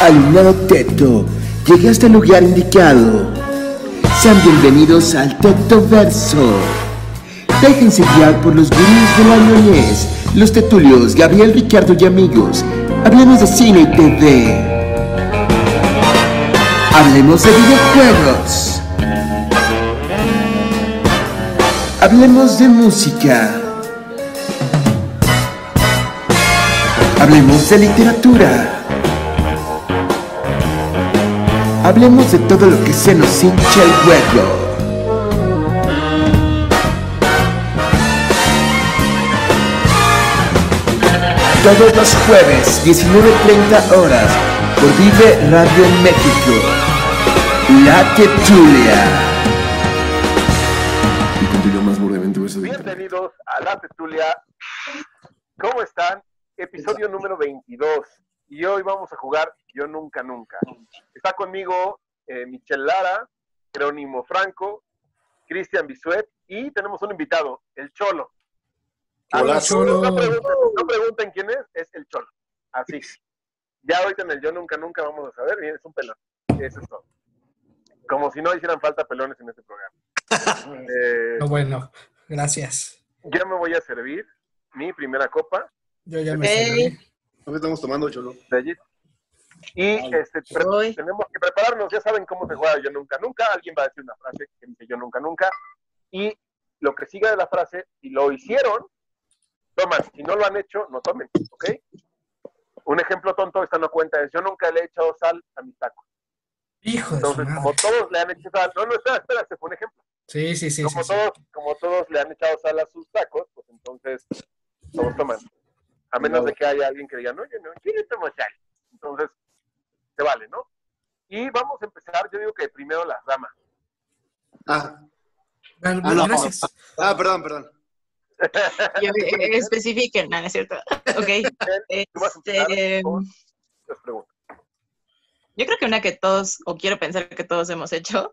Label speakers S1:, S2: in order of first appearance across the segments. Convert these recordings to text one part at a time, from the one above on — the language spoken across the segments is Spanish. S1: Alumnado Teto, llegué hasta el lugar indicado. Sean bienvenidos al Teto Verso. Déjense guiar por los gurús de la ñoñez, los tetulios Gabriel, Ricardo y amigos. Hablemos de cine y TV. Hablemos de videojuegos. Hablemos de música. Hablemos de literatura. Hablemos de todo lo que se nos hincha el huevo. Todos los jueves, 19.30 horas, por Vive Radio México. La Tetulia. Y continúa más brevemente verso de internet.
S2: Bienvenidos a La Tetulia. ¿Cómo están? Episodio número 22. Y hoy vamos a jugar Yo Nunca Nunca. Está conmigo eh, Michelle Lara, Jerónimo Franco, Cristian Bisuet y tenemos un invitado, el Cholo.
S3: Hola,
S2: Ah,
S3: Cholo.
S2: No pregunten, no pregunten quién es, es el Cholo. Así. Ya ahorita en el Yo Nunca Nunca vamos a saber. Bien, es un pelón. Eso es todo. Como si no hicieran falta pelones en este programa. Eh,
S3: No, Ah, bueno, gracias.
S2: ya me voy a servir mi primera copa.
S3: Yo ya me
S4: Ey.
S3: serví.
S5: ¿Qué estamos tomando, Cholo?
S2: de allí. Y este, pre-
S4: Voy.
S2: tenemos que prepararnos, ya saben cómo se juega yo nunca nunca, alguien va a decir una frase que dice yo nunca nunca, y lo que siga de la frase, si lo hicieron, toman, si no lo han hecho, no tomen, ¿ok? Un ejemplo tonto, esta no cuenta, es yo nunca le he echado sal a mis tacos.
S3: Hijo de su
S2: Entonces, como
S3: madre.
S2: todos le han hecho sal, no, no, espera, espera, se fue un ejemplo
S3: Sí, sí, sí.
S2: como,
S3: sí, sí.
S2: todos, como todos le han echado sal a sus tacos, pues entonces todos toman. A menos de que haya alguien que diga, no, yo no, yo no tomo sal. Entonces, se vale, ¿no? Y vamos a empezar, yo digo que primero las damas.
S5: Ah,
S3: Bueno,
S5: Ah, no.
S3: Gracias.
S5: ah, perdón, perdón. Ah,
S4: Yo, eh, especifiquen, no, no es cierto. Ok.
S2: Tú vas a empezar
S3: em,
S4: Este,
S2: con las preguntas.
S4: yo creo que una que todos, o quiero pensar que todos hemos hecho,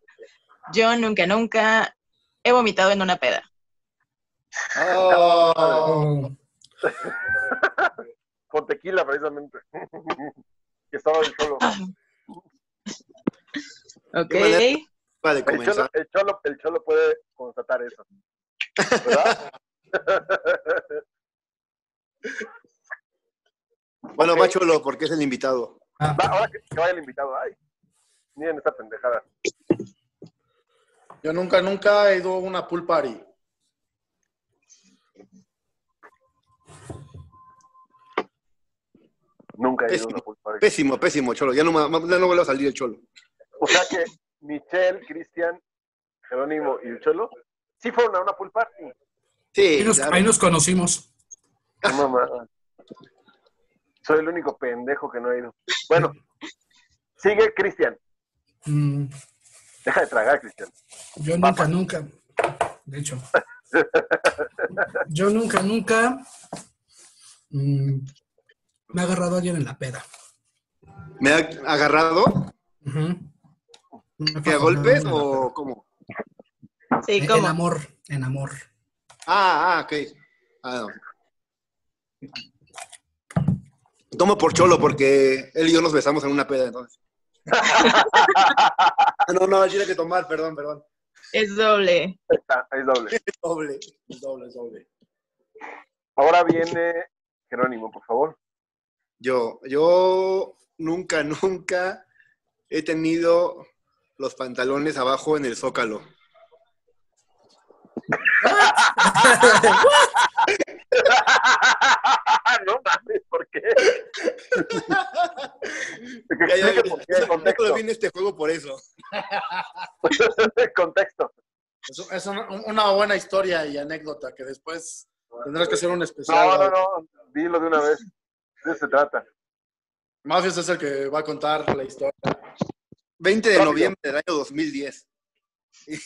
S4: yo nunca, nunca he vomitado en una peda.
S5: Oh,
S3: Oh,
S2: Con tequila, precisamente. que estaba el cholo.
S3: Ah,
S4: Ok.
S5: Qué manera. acaba de
S2: El cholo,
S5: comenzar.
S2: el, cholo, el cholo puede constatar eso. ¿Verdad?
S5: Bueno, va Cholo, porque es el invitado.
S3: ah,
S2: Va, ahora que, que vaya el invitado. Ay, miren esta pendejada.
S6: Yo nunca, nunca he ido a una pool party.
S2: Nunca he ido a una
S5: Pésimo.
S2: pool party.
S5: Pésimo, pésimo, Cholo. Ya no, ma- ma- ya no vuelve a salir el Cholo.
S2: O sea que Michelle, Cristian, Jerónimo y el Cholo sí fueron a una pool party.
S3: ahí,
S5: Sí,
S3: nos,
S5: claro.
S3: ahí nos conocimos.
S2: No, mamá. Soy el único pendejo que no ha ido. Bueno, sigue Cristian.
S3: Mm,
S2: Deja de tragar, Cristian.
S3: yo nunca, nunca. De hecho. Yo nunca, nunca. mm, me ha agarrado alguien en la peda.
S5: ¿Me ha agarrado?
S3: Ujú. Me ha
S5: ¿Que a
S3: agarrado
S5: golpes
S3: en la
S5: o cómo?
S4: Sí,
S3: peda. En
S4: ¿cómo?
S3: amor, en amor.
S5: Ah, ah, ok. Ah, no. Tomo por Cholo porque él y yo nos besamos en una peda, entonces.
S6: Ah, no, no, tiene que tomar, perdón, perdón.
S4: Es doble.
S2: Ah, es doble.
S6: Doble, es doble, es doble.
S2: Ahora viene Jerónimo, por favor.
S5: Yo, yo nunca, nunca he tenido los pantalones abajo en el zócalo.
S2: no mames, ¿por qué? Que
S5: Ya, ya,
S2: explique
S5: ya,
S2: por qué,
S5: ya, ya
S2: contexto.
S5: viene este juego por eso.
S2: contexto.
S6: Es, es una, una buena historia y anécdota que después tendrás que hacer un especial.
S2: No, no, no, dilo de una vez. De eso se trata.
S6: Mafios es el que va a contar la historia.
S5: 20 de
S2: Rápido.
S5: noviembre del año 2010.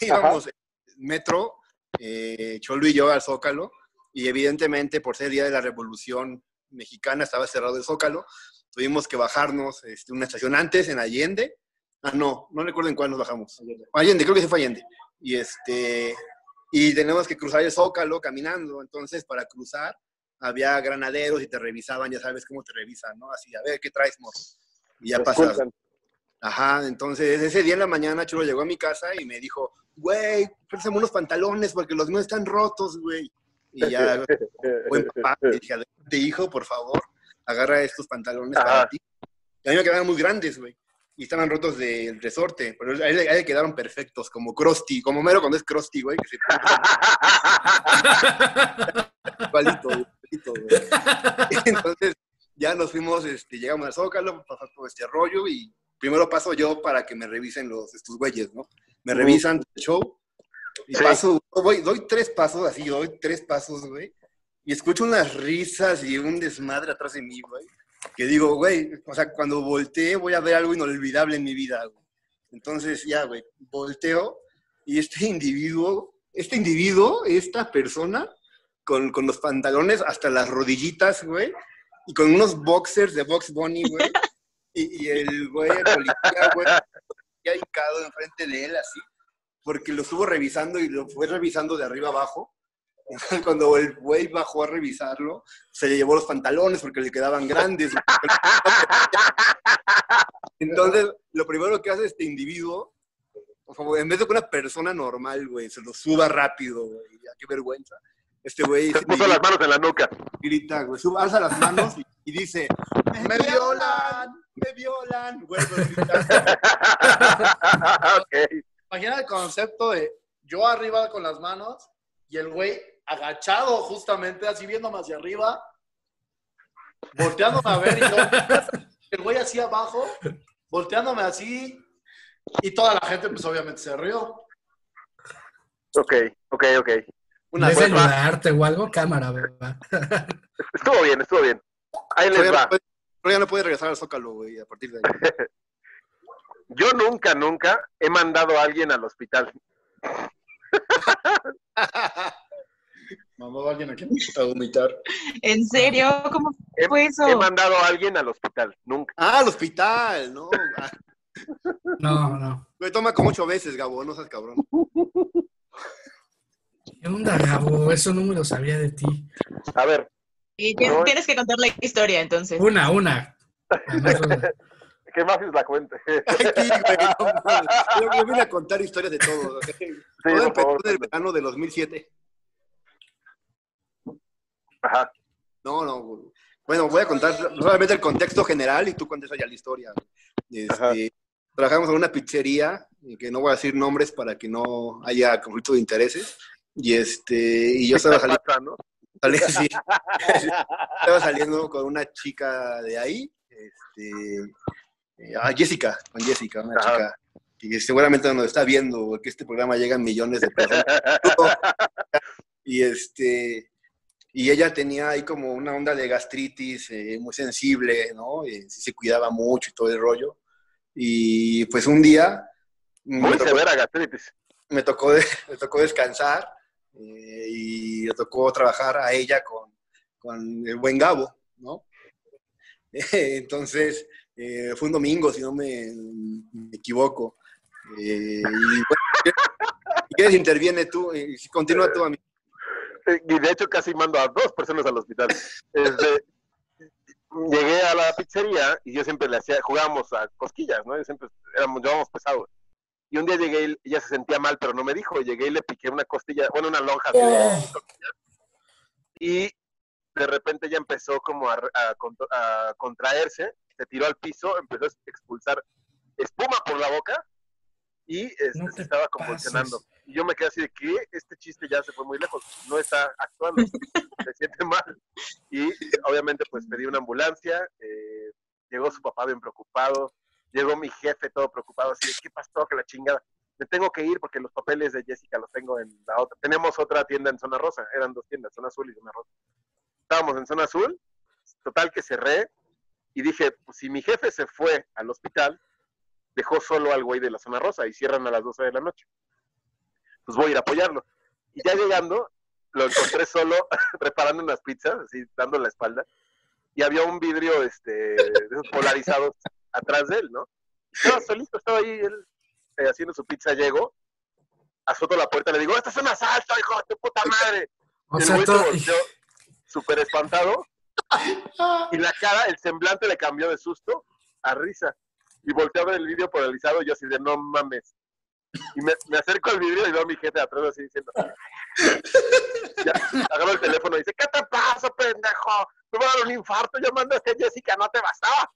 S5: Íbamos en metro, eh, Cholo y yo al Zócalo, y evidentemente por ser Día de la Revolución Mexicana estaba cerrado el Zócalo. Tuvimos que bajarnos este, una estación antes en Allende. Ah, no, no recuerdo en cuál nos bajamos. Allende, creo que sí fue Allende. Y este y tenemos que cruzar el Zócalo caminando, entonces para cruzar había granaderos y te revisaban, ya sabes cómo te revisan, ¿no? Así, a ver qué traes, morro. Y ya pasaron. Ajá, entonces ese día en la mañana Chulo llegó a mi casa y me dijo, güey, préstame unos pantalones porque los míos están rotos, güey. Y ya,
S2: eh,
S5: buen papá, le dije, "Adelante, hijo, por favor, agarra estos pantalones
S2: Ajá.
S5: para ti. Y a mí me quedaron muy grandes, güey. Y estaban rotos del resorte, pero a él, le- a él le quedaron perfectos, como Krusty, como mero cuando es Krusty, güey, que se igualito, güey, igualito, güey. Entonces, ya nos fuimos, este, llegamos al Zócalo, pasamos todo este rollo y primero paso yo para que me revisen los, estos güeyes, ¿no? Me revisan el show y
S2: Sí.
S5: paso, voy, doy tres pasos así, doy tres pasos, güey, y escucho unas risas y un desmadre atrás de mí, güey, que digo, güey, o sea, cuando volteé voy a ver algo inolvidable en mi vida, güey. Entonces, ya, güey, volteo y este individuo, este individuo, esta persona, con, con los pantalones hasta las rodillitas, güey, y con unos boxers de Box Bunny, güey, y, y el güey, el policía, güey, ya hincado enfrente de él, así, porque lo estuvo revisando y lo fue revisando de arriba abajo. Entonces, cuando el güey bajó a revisarlo, se le llevó los pantalones porque le quedaban grandes. güey. Entonces, lo primero que hace este individuo o sea, güey, en vez de que una persona normal, güey, se lo suba rápido, güey. Ya, qué vergüenza. Este güey
S2: Se
S5: se
S2: puso las manos en la nuca.
S5: grita, güey, sub- alza las manos y, y dice, ¡Me violan! ¡Me violan! Güey, güey, grita.
S2: Ah, ok.
S6: Imagina el concepto de yo arriba con las manos y el güey agachado justamente, así viéndome hacia arriba, volteándome a ver y yo, el güey así abajo, volteándome así y toda la gente pues obviamente se rió.
S2: Ok, ok, ok.
S5: Una
S2: buena.
S3: saludarte o algo? Cámara, ¿verdad?
S2: Estuvo bien, estuvo bien. Ahí les
S5: Todavía no
S2: va.
S5: puede- todavía no puede regresar al Zócalo, güey, a partir de ahí.
S2: Yo nunca, nunca he mandado a alguien al hospital.
S6: Mamá, alguien aquí.
S5: A vomitar.
S4: ¿En serio? ¿Cómo
S2: He,
S4: fue eso?
S2: he mandado a alguien al hospital. Nunca.
S5: Ah, al hospital, ¿no? Ah,
S3: No, no.
S5: Güey, toma como ocho veces, Gabo, no seas cabrón.
S3: ¿Qué onda, Gabo? Eso no me lo sabía de ti.
S2: A ver,
S4: Y ti-
S2: No.
S4: Tienes que contar la historia, entonces.
S3: Una, una. Además, una.
S2: que Mafius la cuente.
S5: Ay, sí, güey, no, mames. yo, yo vine a contar historias de todo. ¿ok?
S2: Sí,
S5: todo
S2: por
S5: empezó
S2: favor.
S5: en el verano de 2007.
S2: Ajá.
S5: No, no. güey. Bueno, voy a contar solamente el contexto general y tú contestas ya la historia. Este,
S2: Ajá.
S5: trabajamos en una pizzería, eh, que no voy a decir nombres para que no haya conflicto de intereses. Y este, y yo estaba saliendo,
S2: Pasa, ¿no?
S5: saliendo- sí. Estaba saliendo con una chica de ahí, este, eh, ah, Jessica, con Jessica, una
S2: Ajá.
S5: chica que seguramente nos está viendo, porque este programa llegan millones de personas y este y ella tenía ahí como una onda de gastritis eh, muy sensible, ¿no? Eh, sí se cuidaba mucho y todo el rollo. Y pues un día
S2: Muy
S5: me tocó,
S2: severa gastritis.
S5: me tocó, de- me tocó descansar eh, y le tocó trabajar a ella con, con el buen Gabo, ¿no? Entonces, eh, fue un domingo, si no me, me equivoco. Eh, y bueno, si quieres interviene tú, eh, continúa tú, amigo.
S2: Eh, y de hecho casi mando a dos personas al hospital. Este, llegué a la pizzería y yo siempre le hacía, jugábamos a cosquillas, ¿no? Yo siempre éramos, llevábamos pesados. Y un día llegué y ella se sentía mal, pero no me dijo. Llegué y le piqué una costilla, bueno, una lonja así de costilla. Y de repente ella empezó como a, re- a contr- a contraerse, se tiró al piso, empezó a expulsar espuma por la boca y este,
S3: No
S2: se
S3: te
S2: estaba convulsionando.
S3: pases.
S2: Y yo me quedé así de que este chiste ya se fue muy lejos, no está actuando, se siente mal. Y obviamente pues pedí una ambulancia, eh, llegó su papá bien preocupado, llegó mi jefe todo preocupado, así de qué pasó, que la chingada. Me tengo que ir porque los papeles de Jessica los tengo en la otra. Tenemos otra tienda en zona rosa, eran dos tiendas, zona azul y zona rosa. Estábamos en zona azul, total que cerré y dije, pues si mi jefe se fue al hospital, dejó solo al güey de la zona rosa y cierran a las 12 de la noche. Pues voy a ir a apoyarlo. Y ya llegando, lo encontré solo preparando unas pizzas, así dando la espalda, y había un vidrio este, de esos polarizados atrás de él, ¿no? Estaba solito, estaba ahí él eh, haciendo su pizza, llego, azoto la puerta, le digo, esto es un asalto, hijo de tu puta madre
S3: O
S2: el
S3: sea,
S2: güey se
S3: todo-
S2: volteó súper espantado y la cara, el semblante le cambió de susto a risa. Y volteé a ver el vídeo paralizado y yo así de no mames. Y me, me acerco al vidrio y veo a mi gente atrás así diciendo. ya, agarro el teléfono y dice, ¿qué te pasa, pendejo? Me va a dar un infarto, yo mando a este Jessica, no te bastaba.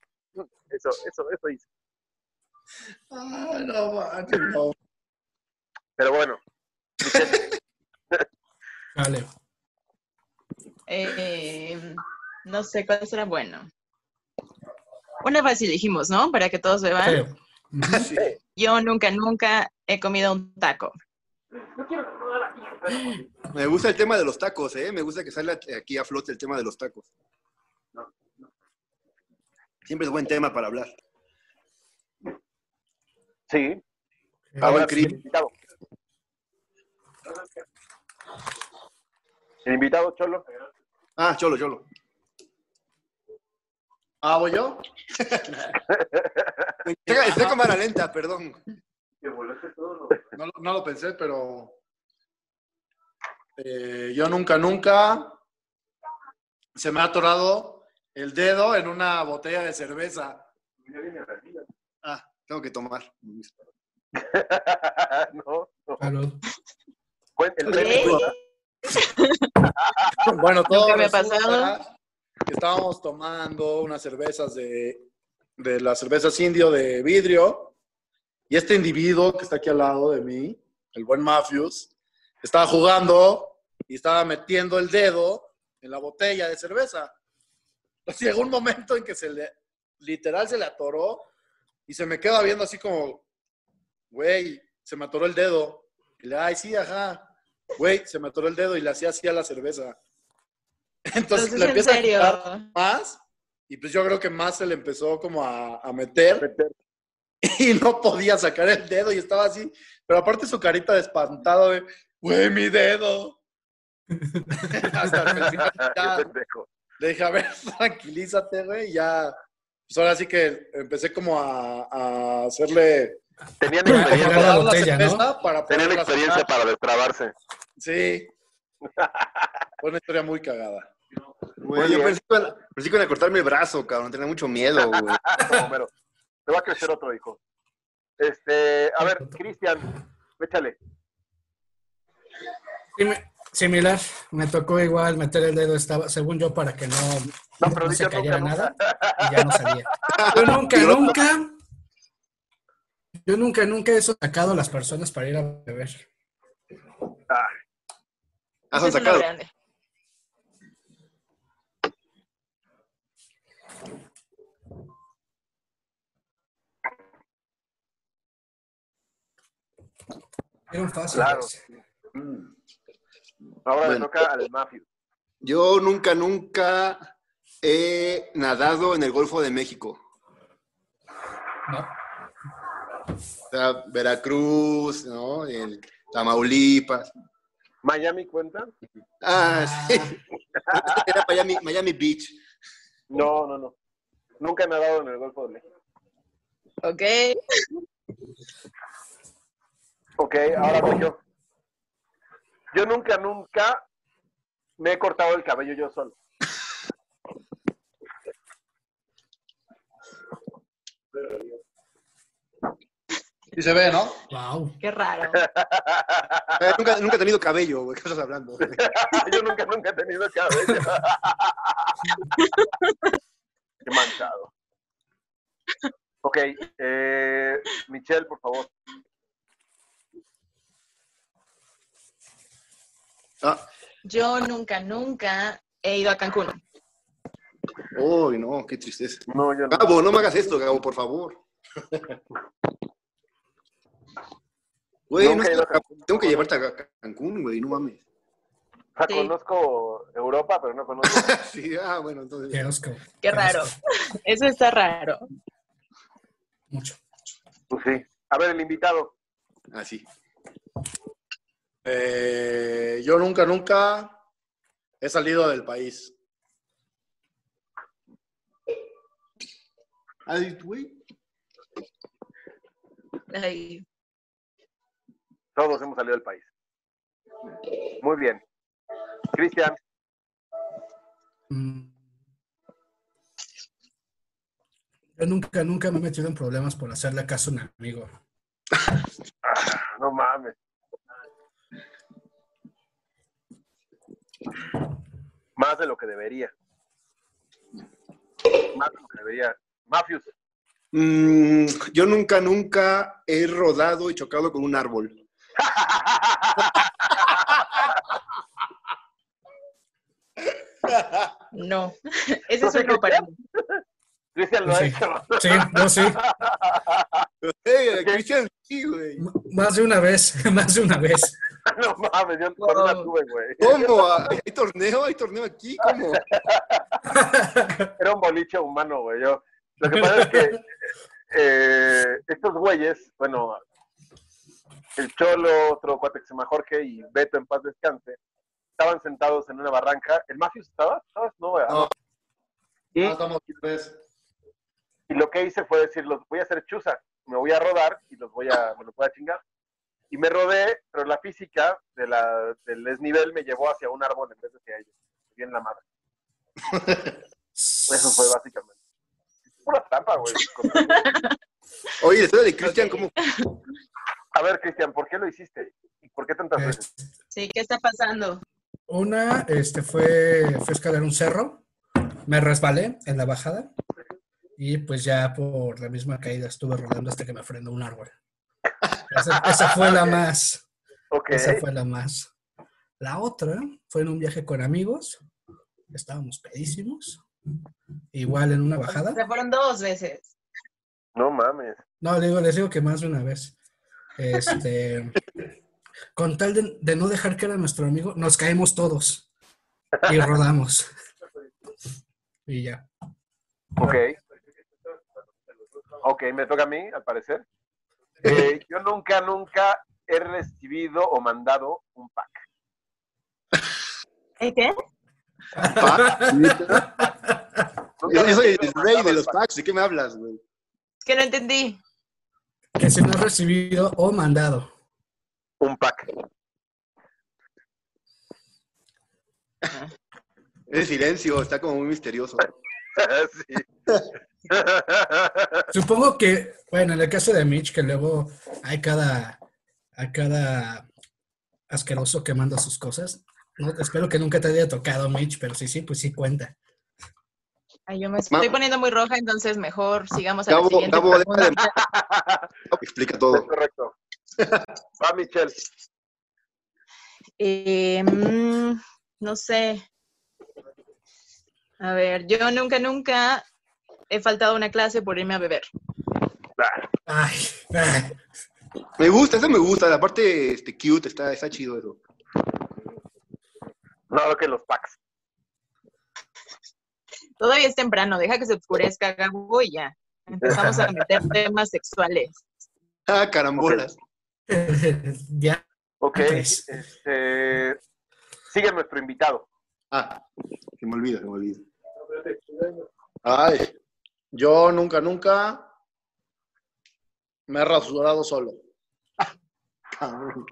S2: Eso, eso, eso hice.
S6: Ah, no, manches, no.
S2: Pero bueno,
S3: Dale.
S4: Eh, no sé cuál será bueno. Una fácil dijimos, ¿no? Para que todos beban.
S3: Creo.
S5: Así.
S4: Yo nunca, nunca he comido un taco.
S5: Me gusta el tema de los tacos, ¿eh? Me gusta que salga aquí a flote el tema de los tacos. Siempre es buen tema para hablar.
S2: sí.
S5: Ahora
S2: Ahora
S5: sí.
S2: sí, el invitado. El invitado, Cholo.
S5: Ah, cholo, cholo.
S6: Ah, ¿voy yo?
S5: Estoy estoy con cámara lenta, perdón.
S6: No, lo- no lo pensé, pero. eh, yo nunca, nunca. Se me ha atorado el dedo en una botella de cerveza.
S5: Ah, tengo que tomar.
S2: no, no.
S3: Salud.
S2: Cuen- El
S4: Ey,
S2: premio.
S6: Bueno, todo
S4: Nunca me ha
S6: resulta
S4: pasado.
S6: que Estábamos tomando unas cervezas de, de las cervezas indio de vidrio y este individuo que está aquí al lado de mí, el buen Mafius, estaba jugando y estaba metiendo el dedo en la botella de cerveza. Entonces, llegó un momento en que se le, literal se le atoró y se me queda viendo así como, güey, se me atoró el dedo. Y le, ay, sí, ajá. Güey, se me atoró el dedo y le hacía así a la cerveza. Entonces,
S4: Entonces,
S6: le
S4: en
S6: empieza a
S4: serio.
S6: quitar más y pues yo creo que más se le empezó como a, a meter y no podía sacar el dedo y estaba así, pero aparte su carita de espantado de, güey, mi dedo. Hasta que al final ya
S2: Qué Ah, pendejo.
S6: le dije, a ver, tranquilízate, güey, y ya. Pues ahora sí que empecé como a, a hacerle...
S2: Tenían
S3: Para
S6: como a
S3: llegar
S2: experiencia,
S3: a la
S6: agarrar
S3: botella, ¿no?
S6: cerveza Para
S2: tenían
S6: poderla
S2: experiencia
S6: sacar.
S2: para destrabarse.
S6: Sí. Fue una historia muy cagada.
S5: Güey,
S2: Muy
S5: yo
S2: bien.
S5: pensé que iban- pensé que iban a cortarme el brazo, cabrón. Tenía mucho miedo, güey.
S2: Como Homero. Te va a crecer otro hijo. Este, a ver, Cristian, échale.
S3: Sim- similar, me tocó igual meter el dedo, estaba, según yo, para que no,
S2: No, pero
S3: no
S2: dice
S3: se cayera
S2: nunca,
S3: nada y ya no salía. Yo nunca, nunca, yo nunca, nunca he sacado a las personas para ir a beber.
S5: Has
S4: eso es lo
S5: sacado.
S4: grande.
S3: Era un fácil.
S2: Claro. Mm. Ahora le
S5: Bueno.
S2: toca al mafio.
S5: Yo nunca, nunca he nadado en el Golfo de México.
S3: ¿no?
S5: O sea, Veracruz, ¿no? El Tamaulipas.
S2: ¿Miami cuenta?
S5: Ah, sí. Era Miami, Miami Beach.
S2: No, no, no. Nunca he nadado en el Golfo de México.
S4: Ok.
S2: Ok, ahora voy yo. Yo nunca, nunca me he cortado el cabello yo solo.
S6: Y se ve, ¿no?
S3: Wow.
S4: Qué raro.
S5: Eh, nunca, nunca he tenido cabello, güey. ¿Qué estás hablando? güey?
S2: yo nunca, nunca he tenido cabello. Qué manchado. Ok, eh, Michelle, por favor.
S5: Ah,
S4: Yo nunca, nunca he ido a Cancún.
S5: uy, no, qué tristeza.
S2: No, yo no.
S5: Gabo, no me hagas esto, Gabo, por favor. Güey, no
S2: Nunca he ido a
S5: sé, tengo que llevarte a Ca- Cancún, güey, no mames.
S2: O sea,
S4: Sí.
S2: conozco Europa, pero no conozco.
S5: Sí, ah, bueno, entonces.
S3: Qué asco.
S4: Qué raro.
S3: asco.
S4: Eso está raro.
S3: Mucho.
S2: Pues sí. A ver, el invitado.
S5: Así.
S6: Eh, yo nunca, nunca he salido del país.
S5: Ay, güey.
S4: Ay,
S2: Todos hemos salido del país. Muy bien. Cristian,
S3: Mm. Yo nunca, nunca me he metido en problemas por hacerle caso a un amigo.
S2: No mames. Más de lo que debería. Más de lo que debería. Mafius,
S5: Mm, yo nunca, nunca he rodado y chocado con un árbol.
S4: No, ese es uno para mí.
S2: Cristian lo ha
S3: Sí.
S2: hecho.
S3: Sí, no, sí.
S5: Ey, Cristian, eh, sí, güey.
S3: M- Más de una vez, más de una vez.
S2: No mames, yo con una tuve, güey.
S5: ¿Cómo? ¿Hay torneo? ¿Hay torneo aquí? ¿Cómo?
S2: Era un boliche humano, güey. Yo, lo que pasa es que eh, estos güeyes, bueno, el Cholo, otro cuate que se llama Jorge y Beto en paz descanse, estaban sentados en una barranca. ¿El Mafius estaba? ¿Estabas? No, ¿verdad?
S5: No.
S2: Y,
S6: Ah, estamos otra vez.
S2: y lo que hice fue decir, los voy a hacer chuza, me voy a rodar y los voy a, me los voy a chingar. Y me rodé, pero la física de la, del desnivel me llevó hacia un árbol en vez de hacia ellos. Bien la madre. Eso fue básicamente. Pura trampa, güey.
S5: Oye, la historia de Cristian, ¿cómo?
S2: A ver, Cristian, ¿por qué lo hiciste? ¿Y por qué
S5: Eh,
S2: tantas veces?
S3: Este,
S4: Sí, ¿qué está pasando?
S3: Una este, fue, fue escalar un cerro, me resbalé en la bajada y pues ya por la misma caída estuve rodando hasta que me frenó un árbol. Esa, esa fue la más,
S2: Ok.
S3: esa fue la más. La otra fue en un viaje con amigos, estábamos pedísimos, igual en una bajada.
S4: Se fueron dos veces.
S2: No mames.
S3: No, digo, les digo que más de una vez. Este, con tal de, de no dejar que era nuestro amigo, nos caemos todos y rodamos. Y ya.
S2: Ok. Ok, me toca a mí, al parecer. Eh, yo nunca, nunca he recibido o mandado un pack.
S4: ¿Eh, ¿Qué?
S5: Yo, yo soy el
S2: Nunca
S5: rey
S2: he
S5: de
S2: mandado
S5: los
S2: un pack.
S5: packs. ¿De qué me hablas, güey?
S4: Es que no entendí.
S3: Que si no has recibido o mandado.
S2: Un pack.
S5: Ese silencio está como muy misterioso.
S2: Sí.
S3: Supongo que, bueno, en el caso de Mitch, que luego hay cada, a cada asqueroso que manda sus cosas. No, espero que nunca te haya tocado, Mitch, pero sí, sí, pues sí cuenta.
S4: Ay, yo me estoy poniendo muy roja, entonces mejor sigamos a la
S5: Gabo,
S4: siguiente.
S5: Gabo, deja de-
S4: pregunta.
S5: Explica
S2: Es
S5: todo.
S2: correcto. Va, Michelle.
S4: Eh, mm, no sé. A ver, yo nunca, nunca he faltado a una clase por irme a beber.
S3: Ay, ay.
S5: Me gusta, eso me gusta. La parte este, cute está, está chido eso.
S2: No, lo que los packs.
S4: Todavía es temprano, deja que se oscurezca, Gabo, y ya. Empezamos a meter temas sexuales.
S5: Ah, carambolas.
S3: ya.
S2: Ok.
S3: Tres.
S2: Este, sigue nuestro invitado.
S5: Ah, se me olvida, se me olvida.
S6: Ay, yo nunca, nunca me he rasurado solo.
S5: Cabrón.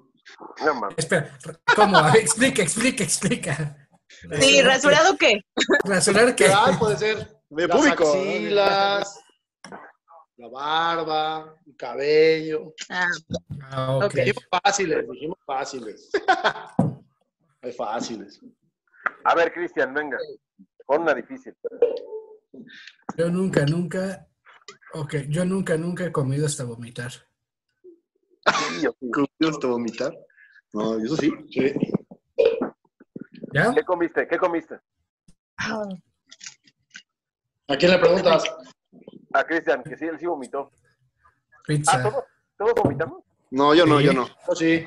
S2: No mames.
S3: Espera, ¿cómo? A ver, explica, explica, explica.
S4: Sí, ¿rasurado qué?
S3: ¿Rasurar qué?
S6: Ah, puede ser.
S5: De
S6: las
S5: público, ¿no?
S6: axilas, la barba, el cabello.
S4: Ah,
S3: Ah, ok.
S4: Ok.
S6: Dijimos fáciles, dijimos fáciles. Hay fáciles.
S2: A ver, Cristian, venga. Con una difícil.
S3: Yo nunca, nunca. Ok, yo nunca, nunca he comido hasta vomitar.
S2: Sí, yo sí.
S5: ¿Cómo te vomitar? No, eso sí.
S6: Sí.
S3: ¿Ya?
S2: ¿Qué comiste? ¿Qué comiste?
S6: ¿A quién le preguntas?
S2: A Ah, Cristian, que sí, él sí vomitó. Ah,
S3: Pizza.
S2: ¿todos, todos vomitamos?
S5: No, yo no, yo no.
S6: Yo sí.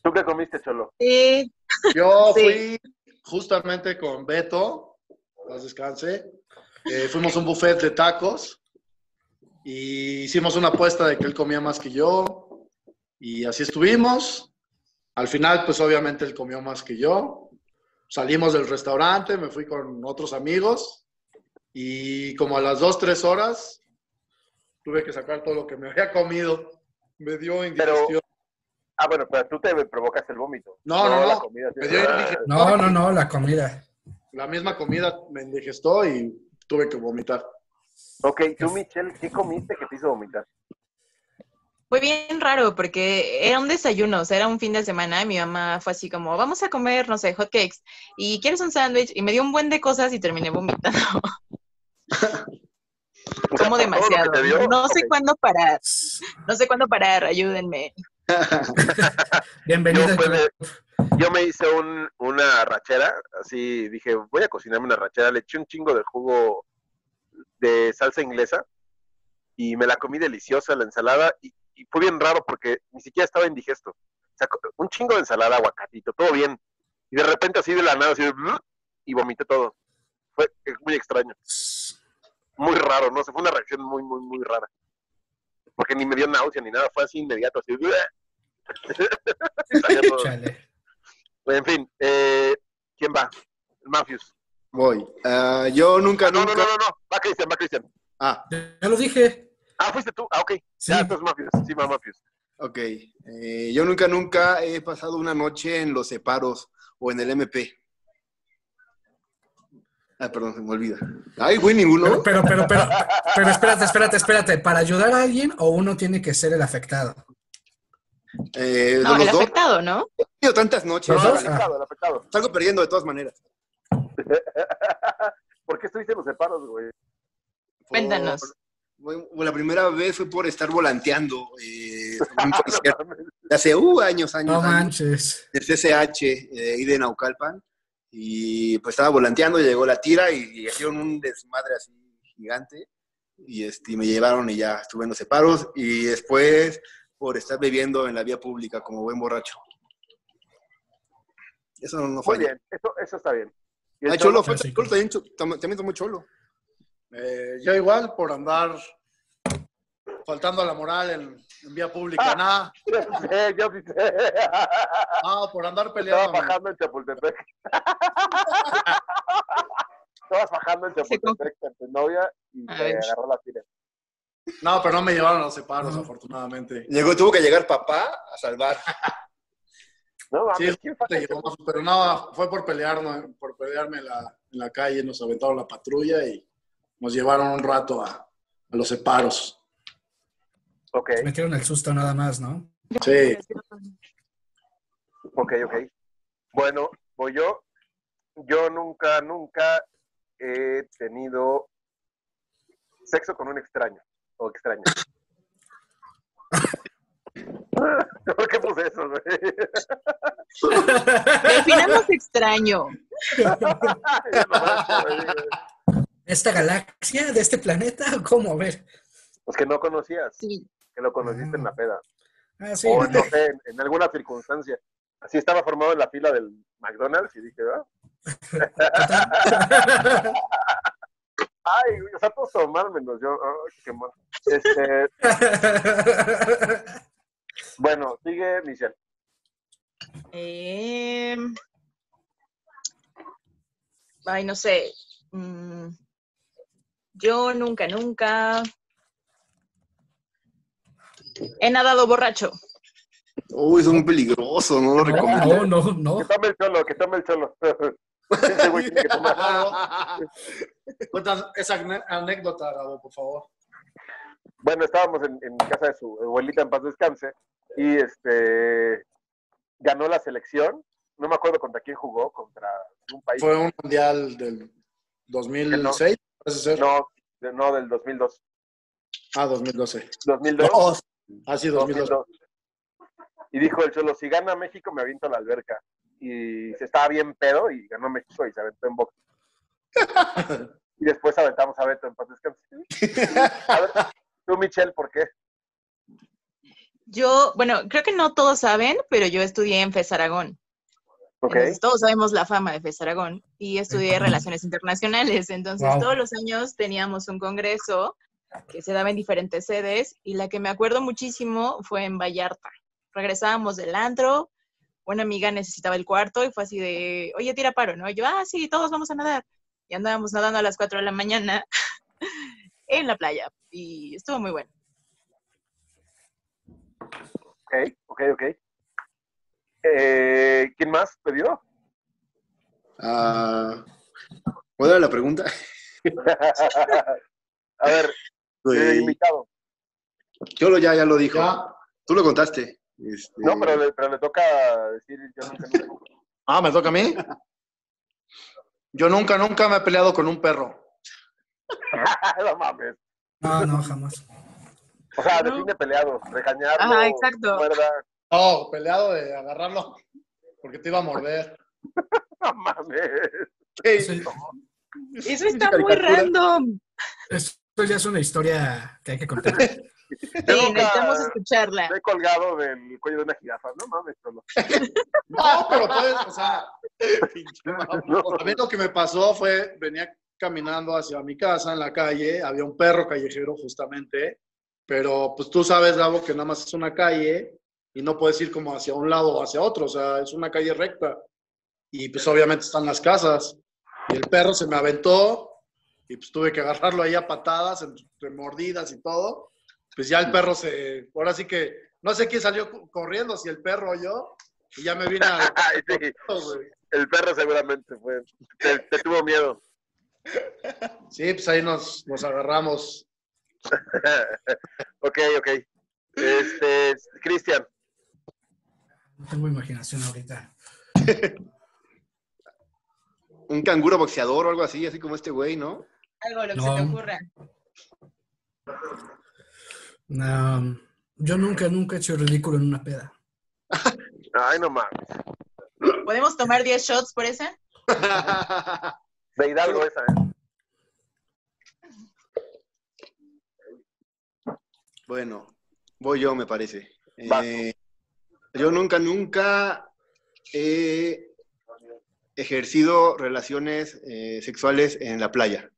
S2: ¿Tú qué comiste, Cholo?
S4: sí.
S6: Yo
S4: Sí.
S6: fui justamente con Beto, paz descanse. eh, fuimos a un buffet de tacos y hicimos una apuesta de que él comía más que yo. Y así estuvimos. Al final, pues obviamente él comió más que yo. Salimos del restaurante, me fui con otros amigos y como a las 2, 3 horas tuve que sacar todo lo que me había comido. Me dio indigestión.
S2: Ah, bueno, pero tú te provocaste el vómito.
S6: No, no, Pues
S2: la
S6: no.
S2: comida, sí.
S6: Me dio indigestión.
S3: No, no, no, la comida.
S6: la misma comida me indigestó y tuve que vomitar.
S2: Ok, tú, Michelle, ¿qué comiste que te hizo vomitar?
S4: Fue bien raro porque era un desayuno, o sea, era un fin de semana. Mi mamá fue así como, vamos a comer, no sé, hot cakes. Y quieres un sándwich. Y me dio un buen de cosas y terminé vomitando.
S2: O sea,
S4: Como
S2: ¿todo lo que
S4: demasiado.
S2: te dio?
S4: No sé
S2: Ok.
S4: cuándo parar. No sé cuándo parar, ayúdenme.
S3: Bienvenido.
S2: Yo, fue de- yo me hice un- una rachera, así dije, voy a cocinarme una rachera, le eché un chingo de jugo de salsa inglesa y me la comí deliciosa la ensalada y, y fue bien raro porque ni siquiera estaba indigesto. O sea, co- un chingo de ensalada, aguacatito, todo bien. Y de repente así de la nada, así, de- y vomité todo. Fue es muy extraño, muy raro, no sé, fue una reacción muy, muy, muy rara. Porque ni me dio náusea ni nada, fue así inmediato, así. Salió todo.
S3: Chale.
S2: Pues, En fin, eh, ¿quién va? El Mafius.
S5: Voy. Ah, yo nunca,
S2: No, no,
S5: nunca.
S2: no, no, no. Va Cristian, va Cristian.
S5: Ah,
S3: Ya lo dije.
S2: Ah, fuiste tú. Ah, ok.
S3: Sí.
S2: Ya, estás Mafius. Sí, va Mafius.
S5: ok. Eh, yo nunca, nunca he pasado una noche en los separos o en el MP. Ah, perdón, se me olvida. Ay, güey, ninguno.
S3: Pero, pero, pero, pero, pero espérate, espérate, espérate. ¿Para ayudar a alguien o uno tiene que ser el afectado?
S5: Eh,
S4: No,
S5: de
S4: el
S5: los dos.
S4: afectado, ¿no?
S5: He tenido tantas noches.
S3: ¿Los
S5: no,
S3: dos?
S5: vale.
S2: Pecado, el pecado.
S5: Salgo perdiendo de todas maneras.
S2: ¿Por qué estuviste en los separos, güey?
S5: Por-
S4: Cuéntanos.
S5: Bueno, la primera vez fue por estar volanteando eh, en un concierto
S2: No mames.
S5: de hace uh, años, años,
S3: No
S5: años.
S3: manches.
S5: el CCH eh, ahí de Naucalpan y pues estaba volanteando y llegó la tira y, y hicieron un desmadre así gigante y este, me llevaron y ya estuve en los separos y después por estar bebiendo en la vía pública como buen borracho. Eso no, no
S2: Muy
S5: falla.
S2: bien, eso, eso está bien. Y
S5: Ah,
S2: el
S5: cholo, fue,
S3: Ah, sí,
S5: Cholo también, chu- tam- también tomó cholo.
S6: Eh, yo igual por andar faltando a la moral en, en vía
S2: Ah.
S6: pública, nada,
S2: Eh, yo sí sé. Estaba
S6: nada, por andar peleando.
S2: bajando en Chapultepec. Estabas bajando en Chapultepec con tu novia y te
S4: A ver.
S2: agarró la tira.
S6: No, pero no me llevaron a los separos, afortunadamente.
S5: Llegó, tuvo que llegar papá a salvar.
S2: No, mames,
S6: Sí,
S2: ¿quién fue?
S6: te llevamos, pero no, fue por pelearnos, por pelearme en la, en la calle, nos aventaron la patrulla y nos llevaron un rato a, a los separos.
S2: Ok,
S3: Metieron el susto nada más, ¿no?
S6: Sí,
S2: ok, ok. Bueno, voy yo. Yo nunca, nunca he tenido sexo con un extraño o extraña. ¿Por qué puse eso, güey?
S4: Definamos extraño.
S2: Es lo máximo, güey.
S3: ¿Esta galaxia de este planeta? ¿O ¿Cómo? A ver.
S2: Pues que no conocías,
S4: Sí.
S2: que lo conociste en la peda.
S3: Ah, sí.
S2: O Oh, no sé, en, en alguna circunstancia. Así estaba formado en la fila del McDonald's y dije, "Ah". ¿verdad? Ay, güey, o sea, todos tomaron menos yo. Ay, qué mal. Este, bueno, sigue Michelle.
S4: Eh, Ay, no sé. Mm, Yo nunca, nunca he nadado borracho.
S5: Uy, es un peligroso, no lo recomiendo.
S3: Ah, No, no,
S2: Que
S3: no.
S2: tome el cholo, que tome el cholo. Ese güey tiene que tomar.
S6: Cuéntanos esa ane- anécdota, Gabo, por favor.
S2: Bueno, estábamos en, en casa de su abuelita en paz descanse y este ganó la selección. No me acuerdo contra quién jugó, contra un país.
S6: Fue un mundial del 2006, parece ser.
S2: No, de- no del 2002.
S6: Ah, 2012.
S2: 2002.
S4: Oh,
S6: Ah, sí, 2012.
S2: 2002. Y dijo el cholo, si gana México me aviento a la alberca. Y se estaba bien pedo y ganó México y se aventó en box. y después aventamos a Beto en paz descanse. A ver, tú Michelle, ¿por qué?
S4: Yo, bueno, creo que no todos saben, pero yo estudié en FES Aragón.
S2: Ok.
S4: Entonces, todos sabemos la fama de FES Aragón y estudié Relaciones Internacionales. Entonces,
S3: Wow.
S4: todos los años teníamos un congreso que se daba en diferentes sedes y la que me acuerdo muchísimo fue en Vallarta. Regresábamos del antro, una amiga necesitaba el cuarto y fue así de, oye, tira paro, ¿no? Y yo, ah, sí, todos vamos a nadar. Y andábamos nadando a las 4 de la mañana en la playa y estuvo muy bueno.
S2: Ok, ok, ok. Eh, ¿Quién más pidió?
S5: Ah, ¿Cuál era la pregunta?
S2: A ver, eh,
S5: Güey.
S2: invitado.
S5: Cholo ya, ya lo dijo.
S6: Ya.
S5: Tú lo contaste. Este,
S2: No, pero le, pero le toca decir yo nunca, nunca.
S6: Ah, ¿me toca a mí? Yo nunca, nunca me he peleado con un perro.
S2: no mames.
S3: No, no, jamás.
S2: O sea,
S4: No.
S2: define peleados, regañarlo.
S4: Ajá, exacto.
S2: muerda.
S6: No, peleado de agarrarlo porque te iba a morder.
S2: No mames.
S3: Sí.
S4: Eso está muy
S5: caricatura.
S4: random.
S3: Esto ya es una historia que hay que contar.
S4: Sí,
S2: nunca-
S4: necesitamos escucharla.
S2: Me he colgado del cuello de una jirafa. No mames, solo.
S6: No, pero puedes, o sea,
S2: No.
S6: a mí lo que me pasó fue, venía caminando hacia mi casa en la calle, había un perro callejero justamente, pero pues tú sabes, Davo, que nada más es una calle y no puedes ir como hacia un lado o hacia otro, o sea, es una calle recta. Y pues obviamente están las casas. Y el perro se me aventó y pues tuve que agarrarlo ahí a patadas, entre mordidas y todo. Pues ya el perro se, ahora sí que, no sé quién salió cu- corriendo, si el perro o yo, y ya me vine a...
S2: Ay, sí.
S6: güey.
S2: El perro seguramente fue. Te, te tuvo miedo.
S6: Sí, pues ahí nos, nos agarramos.
S2: ok, ok. Este, Cristian,
S3: No tengo imaginación ahorita.
S5: Un canguro boxeador o algo así, así como este güey, ¿no?
S4: Algo, lo que
S3: No.
S4: se te ocurra.
S3: No, yo nunca, nunca he hecho ridículo en una peda.
S2: ay, no mames.
S4: ¿Podemos tomar 10 shots por esa?
S2: De Hidalgo esa, ¿eh?
S5: Bueno, voy yo, me parece.
S2: Vas.
S5: Eh, yo nunca, nunca he ejercido relaciones eh, sexuales en la playa.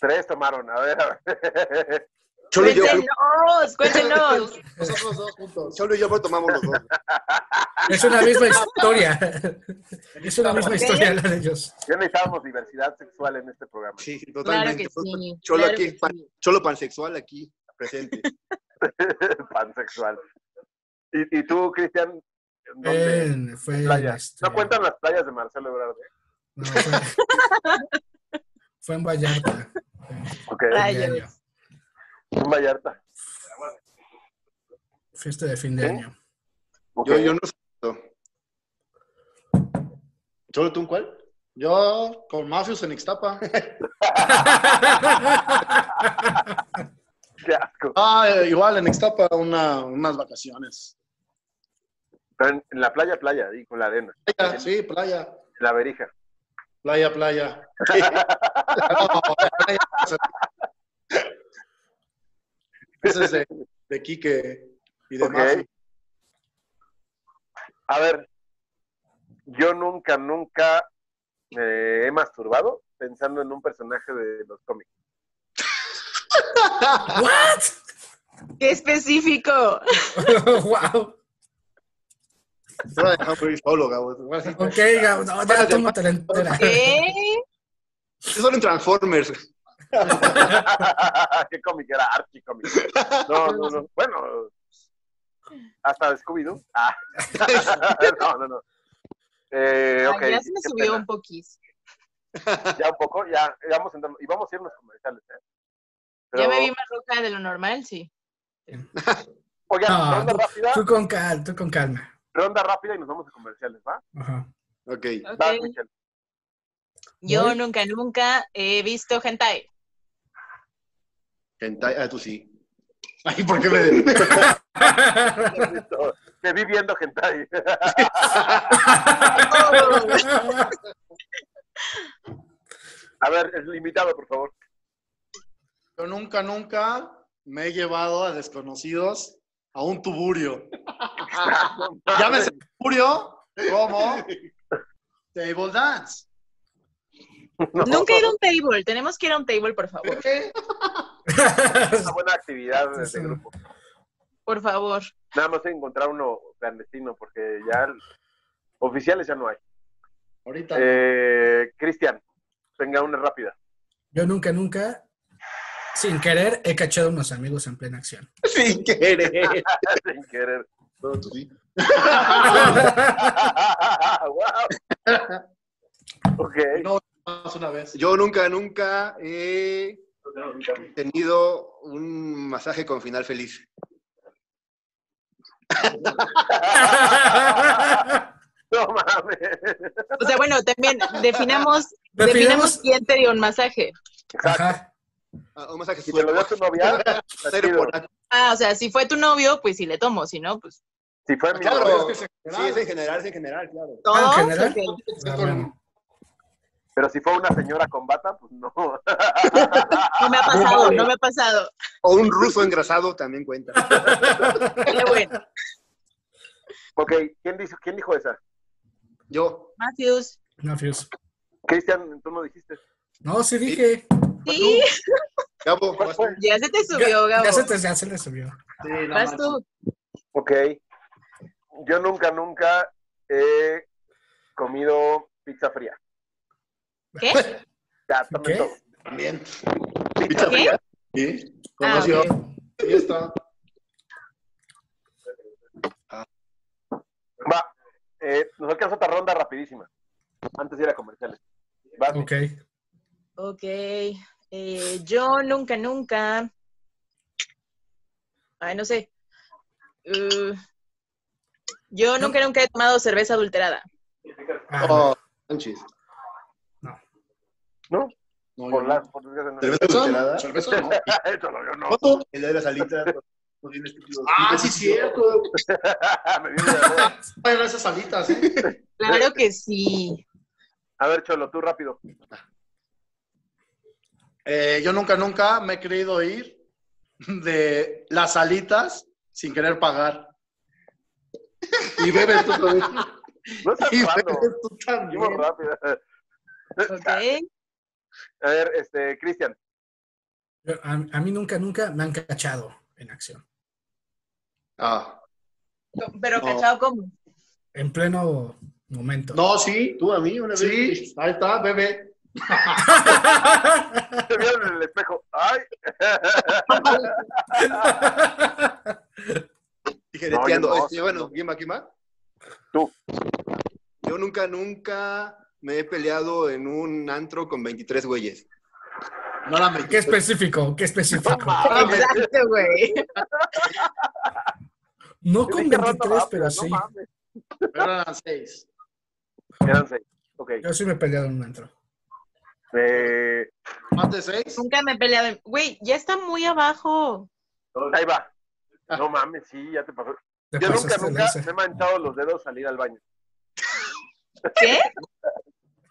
S2: Tres tomaron, a ver, a ver.
S5: Solo
S4: Pues
S5: yo,
S4: cuéntenos, cuéntenos.
S6: Nosotros dos juntos.
S5: solo yo tomamos los dos.
S3: Es una misma historia. Es una misma historia la de ellos.
S2: Ya necesitábamos diversidad sexual en este programa.
S5: Sí,
S4: Claro
S5: totalmente.
S4: que sí.
S5: Cholo
S4: claro
S5: aquí,
S4: que
S5: pan-
S4: sí.
S5: Cholo pansexual aquí presente.
S2: Pansexual. ¿Y, y tú, Cristian? ¿Dónde?
S5: Eh,
S3: Bien, fue en
S2: playa.
S3: este-
S2: No cuentan las playas de Marcelo Ebrard. ¿eh?
S3: no, fue, fue en Vallarta.
S2: Ok.
S4: Ay.
S3: fin de
S4: Rayos.
S3: año.
S2: En Vallarta.
S3: Fiesta de fin de
S2: ¿Sí?
S3: año.
S2: Ok.
S5: Yo, yo no sé. ¿Solo tú un cuál?
S6: Yo con Mafios en Ixtapa.
S2: Qué asco.
S6: Ah, eh, igual en Ixtapa una- unas vacaciones.
S2: Pero en, en la playa, playa, y con la arena.
S6: Playa, sí, playa,
S2: La verija.
S6: playa, playa. Ese es de, de Quique y de
S2: Ok.
S6: Mafios.
S2: A ver, yo nunca, nunca me he masturbado pensando en un personaje de los cómics.
S3: ¿What?
S4: ¡Qué específico!
S3: wow.
S5: No la dejamos ir solo, Gabo.
S3: Ok, Gabo, no, ya tómatela entera.
S4: ¿Qué?
S5: Solo en Transformers.
S2: ¿Qué cómic era? Archie cómic. No, no, no. Bueno, hasta Scooby-Doo. Ah. No, no, no. Eh,
S4: Ay,
S2: ok,
S4: ya se me
S2: qué
S4: subió
S2: pena.
S4: un poquis.
S2: Ya un poco, ya. ya vamos entrando- y vamos a irnos comerciales, ¿eh? Pero,
S4: Ya me vi más roja de lo normal, sí.
S2: Oigan,
S3: Ah,
S2: ronda rápida,
S3: Tú con calma, tú con calma.
S2: ronda rápida y nos vamos a comerciales, ¿va?
S3: Ajá.
S5: Ok.
S4: Ok.
S2: Vas, Michelle.
S4: Yo
S3: Muy-
S4: nunca, nunca he visto hentai.
S5: Hentai- Ah, tú sí.
S6: Ay, ¿por qué me.?
S2: Listo. Te vi viendo hentai. A ver, el invitado, por favor.
S6: Yo nunca, nunca me he llevado a desconocidos a un tuburio. Llámese tuburio como table dance.
S2: No,
S4: Nunca he ido a un table. Tenemos que ir a un table, por favor.
S2: Una buena actividad de este grupo.
S4: Por favor.
S2: Nada más encontrar uno clandestino, porque ya el- oficiales ya no hay.
S6: Ahorita.
S2: Eh, Cristian, venga una rápida.
S3: Yo nunca, nunca, sin querer, he cachado a unos amigos en plena acción.
S5: Sin querer.
S2: Sin querer.
S5: No, tú sí.
S2: ¡Wow! Ok,
S6: No, más una vez.
S5: Yo nunca, nunca he tenido un masaje con final feliz.
S2: No mames.
S4: O sea, bueno, también definamos,
S3: Definamos-
S4: definamos quién te dio un masaje.
S3: Ajá.
S5: Ah, Un masaje
S2: Si te lo dio tu novia, está
S5: Cero
S2: chido.
S5: por-
S4: Ah, o sea, si fue tu novio, pues sí le tomo, si no, pues
S2: si fue mi
S5: Claro,
S2: novio.
S6: Es que es en
S5: sí,
S6: general.
S5: es en general, es en general, claro.
S4: todos.
S3: ¿en general?
S4: ok.
S3: Ah, bueno.
S2: Pero si fue una señora con bata, pues no.
S4: No me ha pasado, no me ha pasado.
S5: O un ruso engrasado también cuenta.
S4: Pero bueno,
S2: ok, ¿quién dijo, ¿quién dijo esa?
S5: Yo,
S4: Matthews.
S3: No, Fius.
S2: Cristian, tú no dijiste.
S3: No, sí dije.
S4: Sí,
S5: Gabo,
S2: ¿Cuál
S5: vas tú.
S2: fue?
S4: ya se te
S3: Ya-
S4: subió, Gabo.
S3: Ya se, te- ya se le subió.
S4: Vas tú.
S2: Ok. Yo nunca, nunca he comido pizza fría.
S4: ¿Qué?
S2: Ya, también
S3: ¿Qué?
S2: todo.
S6: También.
S2: Pizza
S4: ¿Qué?
S2: fría.
S6: Sí.
S4: Ah,
S6: Conoció.
S4: ok.
S6: Ahí está.
S2: Va. Eh, nos alcanza otra ronda rapidísima. Antes de ir a comerciales. Va.
S3: Ok.
S4: Ok. eh, yo nunca, nunca. Ay, no sé. Uh, yo nunca, nunca he tomado cerveza adulterada.
S3: Ah,
S5: Oh, manches.
S2: ¿No?
S6: No,
S2: Por
S6: yo
S2: la,
S6: no.
S2: por desgracia, no.
S5: ¿Cerveza adulterada?
S6: ¿Cerveza? ¿Cerveza no?
S2: Eso lo veo, no.
S5: El día de las alitas.
S6: pues,
S5: no tiene estúpido.
S6: Ah, sí, cierto.
S2: Ah, Me viene de nuevo.
S6: Vayan a esas salitas, ¿eh?
S4: Claro que sí.
S2: a ver, Cholo, tú rápido.
S6: Eh, yo nunca, nunca me he querido ir de las salitas sin querer pagar. Y bebes tú también.
S2: No estás
S6: Y
S2: jugando.
S6: bebes tú
S2: Vamos
S6: también.
S2: rápido.
S4: Ok.
S2: A ver, este, Cristian.
S3: Yo- A, a mí nunca, nunca me han cachado en acción.
S5: Ah.
S4: Pero
S6: No.
S4: cachado como.
S3: En pleno momento.
S6: No, sí, tú a mí una vez.
S5: Sí.
S6: Ahí está, bebé.
S2: Te vieron en el espejo. ¡Ay!
S5: Tijereteando.
S2: No, yo no.
S5: Este, bueno, ¿quién va? ¿Quién va?
S2: Tú.
S5: Yo nunca, nunca me he peleado en un antro con 23 güeyes.
S6: No la me
S3: Qué específico, qué específico.
S4: Exacto, güey.
S3: No
S2: Yo
S3: con
S2: dije, "Ronda
S3: 23,
S2: rápida,
S3: pero
S2: no
S3: sí.
S2: mames.
S6: Pero eran seis.
S2: Eran seis. Ok.
S3: Yo sí me he peleado en un antro.
S2: Eh,
S6: ¿Más de seis?
S4: Nunca me he peleado. en- Güey, ya está muy abajo.
S2: ahí va. No mames, sí, ya te pasó.
S3: Te
S2: Yo nunca,
S3: pasaste de
S2: nunca
S3: lanza.
S2: me he manchado los dedos salir al baño.
S4: ¿Qué?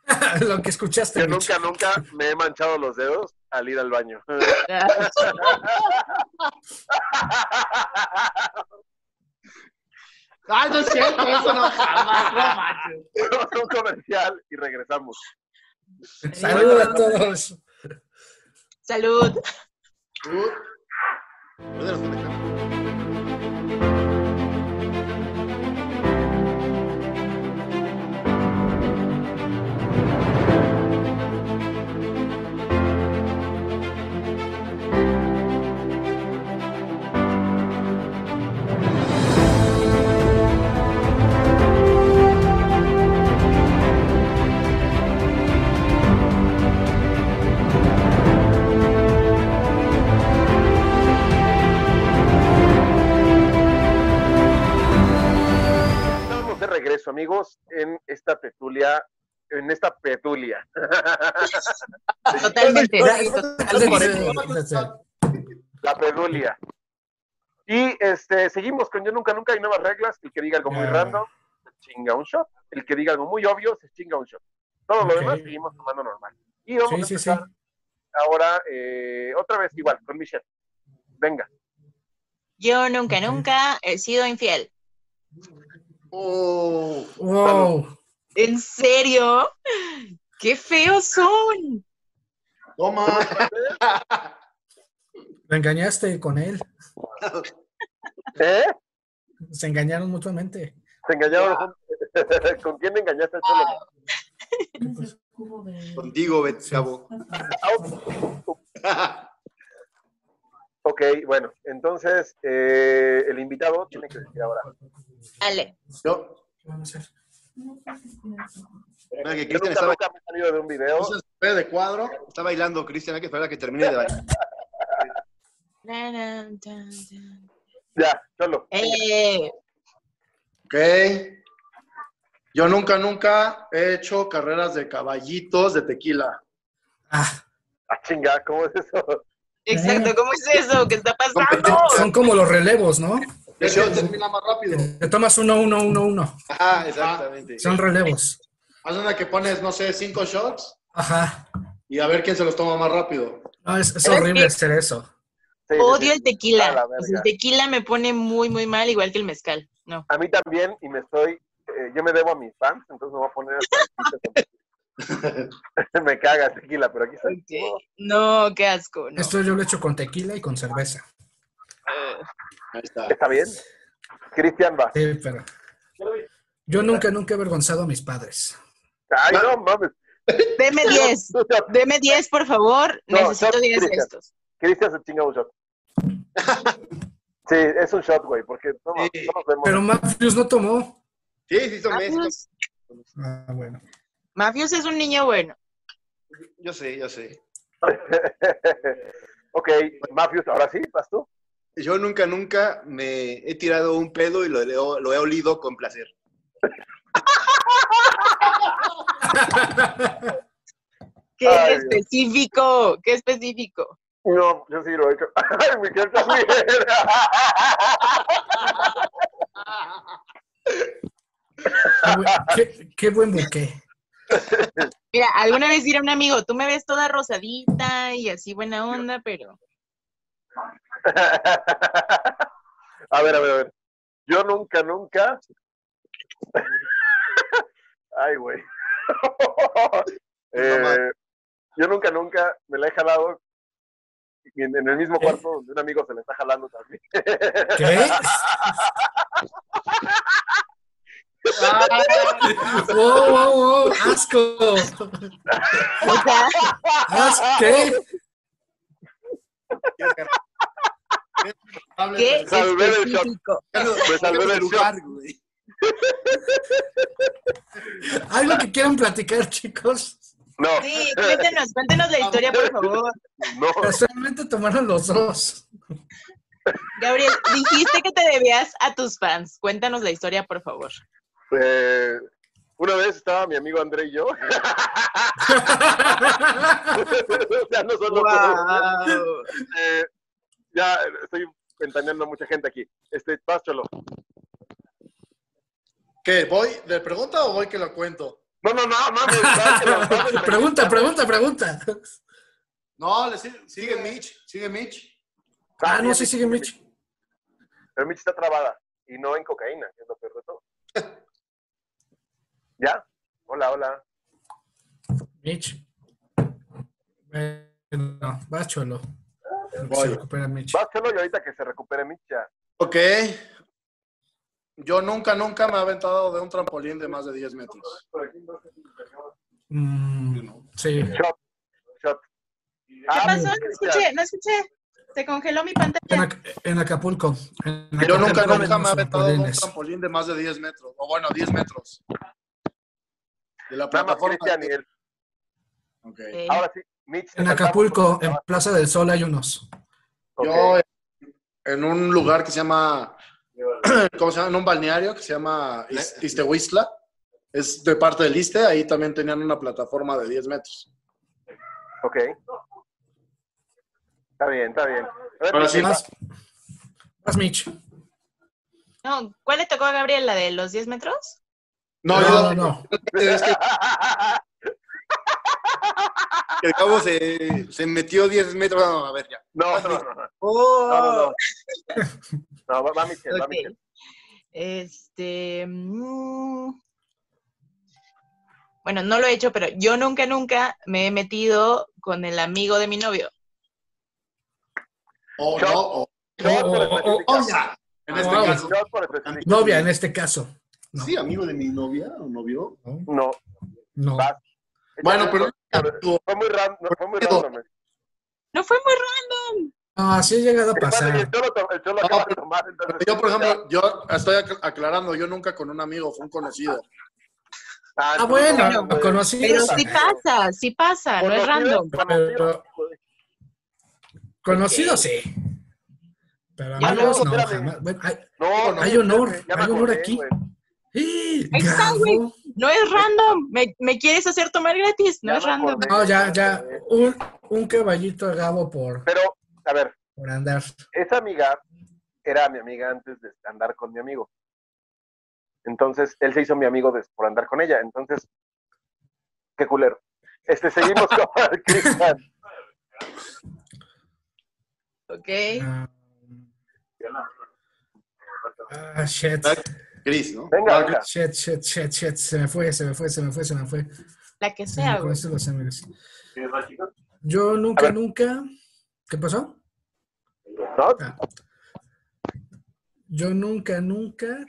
S3: Lo que escuchaste.
S2: Yo
S3: Mitch.
S2: nunca, nunca me he manchado los dedos al ir al baño.
S4: Ah,
S6: Ay, no es cierto, eso no jamás, no manches.
S2: Vamos a un comercial y regresamos.
S3: Saludos a todos.
S4: Salud.
S5: Uh. ¿Dónde nos conectamos?
S2: Estamos de regreso, amigos, en esta petulia. En esta petulia.
S4: Totalmente.
S2: La pedulia. Y este, seguimos con Yo Nunca Nunca hay nuevas reglas. El que diga algo muy
S3: Ya.
S2: random se chinga un shot. El que diga algo muy obvio se chinga un shot. Todo lo
S3: Ok.
S2: demás seguimos tomando normal. Y vamos
S3: Sí,
S2: a
S3: sí, sí.
S2: empezar ahora eh, otra vez igual con Michelle. Venga.
S4: Yo nunca,
S3: Ok.
S4: nunca he sido infiel.
S6: Oh,
S3: Wow.
S4: ¿En serio? ¡Qué feos son!
S6: toma.
S3: Me engañaste con él.
S2: ¿Eh?
S3: Se engañaron mutuamente.
S2: ¿Se engañaron? juntos? ¿Con quién engañaste Cholo?
S3: Pues,
S5: Contigo, Bet- Gabo.
S2: Ok, bueno, entonces eh, el invitado tiene que decir ahora.
S4: Dale.
S6: Yo,
S3: ¿Qué vamos a hacer?
S5: Mira que
S2: Yo
S5: Cristian
S2: nunca,
S5: está,
S2: nunca me he salido de un video.
S6: Entonces, ve de cuadro.
S5: está bailando, Cristian, hay que esperar a que termine de bailar.
S4: Na, na, tan, tan.
S2: Ya, solo.
S4: ¡Eh!
S6: Ok. Yo nunca, nunca he hecho carreras de caballitos de tequila.
S3: Ah,
S2: Ah, chinga, ¿cómo es eso? Eh.
S4: Exacto, ¿cómo es eso? ¿Qué está pasando?
S6: Competencia.
S3: son como los relevos, ¿no?
S6: Ese termina más rápido.
S3: Te tomas uno, uno, uno, uno.
S5: Ajá, Ah, exactamente.
S3: Son relevos.
S6: Ah, Haz una que pones, no sé, cinco shots
S3: Ajá.
S6: y a ver quién se los toma más rápido.
S3: No, es, es
S4: Pero es
S3: horrible
S4: que-
S3: hacer eso.
S2: Sí, sí,
S4: Odio
S2: sí.
S4: el
S2: A
S4: tequila.
S2: la
S4: O sea,
S2: verga.
S4: el tequila me pone muy, muy mal, igual que el mezcal. No.
S2: A mí también, y me estoy. eh, yo me debo a mis fans, entonces me voy a poner. hasta el pito. me caga el tequila, pero aquí está.
S4: No, qué asco. No.
S3: Esto yo lo he hecho con tequila y con cerveza.
S6: Ahí está.
S2: ¿Está bien? Cristian va.
S3: Sí, pero. Yo nunca, nunca he avergonzado a mis padres.
S2: Ay, no mames.
S4: Deme 10.
S2: Un shot.
S4: Deme 10, por favor.
S2: No,
S4: Necesito
S2: shot,
S4: 10 de
S2: Cristian.
S4: estos.
S2: Cristian se chinga un shot. Sí, es un shot, güey, porque no, no
S5: Sí.
S2: nos vemos.
S3: Pero Matthews no tomó.
S5: Sí, sí, tomé. sí tomé.
S4: Mafios.
S3: Ah, bueno.
S4: Mafios es un niño bueno.
S5: Yo sé, yo sé.
S2: ok, Mafius, ahora sí, vas tú.
S5: Yo nunca, nunca me he tirado un pedo y lo, leo- lo he olido con placer.
S4: ¡Qué
S2: Ay, Dios.
S4: específico! ¡Qué específico!
S2: No, yo sí lo he hecho. Ay, mi querido también.
S3: Qué bu- Qué, qué buen buque.
S4: Mira, alguna vez diré a un amigo, tú me ves toda rosadita y así buena onda, pero
S2: a ver, a ver, a ver. Yo nunca, nunca. Ay, güey. Eh, yo nunca, nunca me la he jalado en, en el mismo cuarto donde un amigo se le está jalando también.
S3: ¿Qué? ¡Wow, wow, wow! ¡Asco!
S4: O sea,
S3: ¡Asco! ¿Qué?
S4: qué
S6: pues,
S2: Salvé del shock.
S4: específico.
S5: Pues
S2: Me salvé del lugar.
S5: lugar, güey.
S3: ¿Algo que quieran platicar, chicos?
S2: No,
S4: Sí, cuéntenos, cuéntenos la historia, por favor.
S2: no.
S3: Casualmente tomaron los dos.
S4: Gabriel, dijiste que te debías a tus fans. Cuéntanos la historia, por favor.
S2: Eh, una vez estaba mi amigo André y yo. o sea, nosotros
S4: Wow.
S2: eh, ya estoy ventaneando a mucha gente aquí. Este, vas, Cholo.
S6: ¿Qué? ¿Voy de pregunta o voy que lo cuento?
S2: No, no, no, mames. vas, que nos vamos a-
S3: pregunta, pregunta, pregunta.
S6: No, le sigue, sigue Mitch, sigue Mitch.
S3: Ah, no, sí, sigue Mitch.
S2: Pero Mitch está trabada y no en cocaína, que es lo peor de todo. ¿Ya? Hola, hola.
S3: Mitch. Bueno, va cholo. Se
S6: Voy.
S3: recupera Mitch.
S2: Vas, Cholo, y ahorita que se recupere Mitch ya.
S6: Ok. Yo nunca, nunca me he aventado de un trampolín de más de 10 metros.
S3: Mm, sí.
S2: Shot. ¿Qué
S4: ¿Qué pasó? No escuché, no escuché. Se congeló mi
S3: En,
S4: pantalla.
S3: Ac- en Acapulco. En
S6: Yo nunca,
S3: Acapulco
S6: nunca me he
S3: vemos
S6: aventado de un
S3: trampolines.
S6: trampolín de más de 10 metros. O bueno, 10 metros. De
S2: Nada
S6: la
S2: más
S6: plataforma.
S2: Cristian y él.
S6: Ok.
S4: Eh,
S2: Ahora sí, Mitch. te
S3: En
S2: saltamos.
S3: Acapulco, en Plaza del Sol hay unos.
S2: Ok.
S6: Yo en- en un lugar que se llama, ¿cómo se llama? En un balneario que se llama Is- Istehuistla. Es de parte del Iste, ahí también tenían una plataforma de 10 metros.
S2: Ok. Está bien, está bien. A ver,
S6: Ahora sí.
S3: Vas, vas, Mitch.
S4: No, ¿cuál le tocó a Gabriel? ¿La de los 10 metros?
S6: No,
S3: no, no.
S6: yo
S3: no.
S5: Es que el cabo se, se metió 10 metros. No, a ver, ya.
S2: No, no, no. no. No, no,
S4: Oh.
S2: no. No, va, va Michelle, va
S4: Ok.
S2: Michelle.
S4: Este. mm, Bueno, no lo he hecho, pero yo nunca, nunca me he metido con el amigo de mi novio.
S6: O no, o-
S2: Shot por
S3: Oh, oh, oh,
S2: específica.
S6: novia. En este
S3: Wow.
S6: caso.
S2: Shot por específica.
S3: Novia en este caso. No.
S6: Sí, amigo de mi novia o novio.
S2: No.
S3: No.
S2: Vas.
S6: Bueno, pero
S2: Fue muy random. Fue muy random.
S4: No fue muy random.
S3: No, así ha llegado a
S2: Aparte,
S3: pasar.
S2: El cholo, to- el cholo acaba de
S6: pero-
S2: tomar. entonces-
S6: yo, por ejemplo, yo estoy ac- aclarando, yo nunca con un amigo, fue un conocido.
S3: Ah, bueno,
S2: no, güey.
S3: conocí
S4: Pero
S3: esa.
S4: sí pasa, sí pasa, no es
S2: Conocidos,
S4: random.
S2: conocidos, güey.
S3: Conocido sí. Pero
S2: Ah,
S3: amigos
S2: no,
S3: no,
S2: espérame.
S3: jamás. Bueno, ay,
S2: No, no,
S3: Hay honor,
S2: espérate, ya me
S3: hay honor
S2: acordé,
S3: aquí.
S2: güey.
S3: ¡Eh!
S4: Ahí está,
S3: Gabo.
S4: güey. No es random. Me, me quieres hacer tomar gratis, no
S2: Ya
S4: es
S2: me
S4: random.
S2: acordé.
S3: No, ya, ya. Un, un caballito a Gabo por,
S2: Pero, a ver,
S3: por andar.
S2: esa amiga era mi amiga antes de andar con mi amigo. Entonces, él se hizo mi amigo des- por andar con ella. Entonces, qué culero. Este, seguimos con Cristian.
S4: Ok.
S3: Ah, ah, shit.
S5: Gris, ¿no?
S2: Venga, venga.
S3: Shit, shit, shit, shit. Se me fue, se me fue, se me fue, se me fue.
S4: La que
S3: Se me
S4: sea,
S3: fue,
S4: güey.
S3: se los amigos. Yo nunca,
S2: ver.
S3: nunca. ¿Qué pasó?
S2: ¿No?
S3: Ah. Yo nunca, nunca.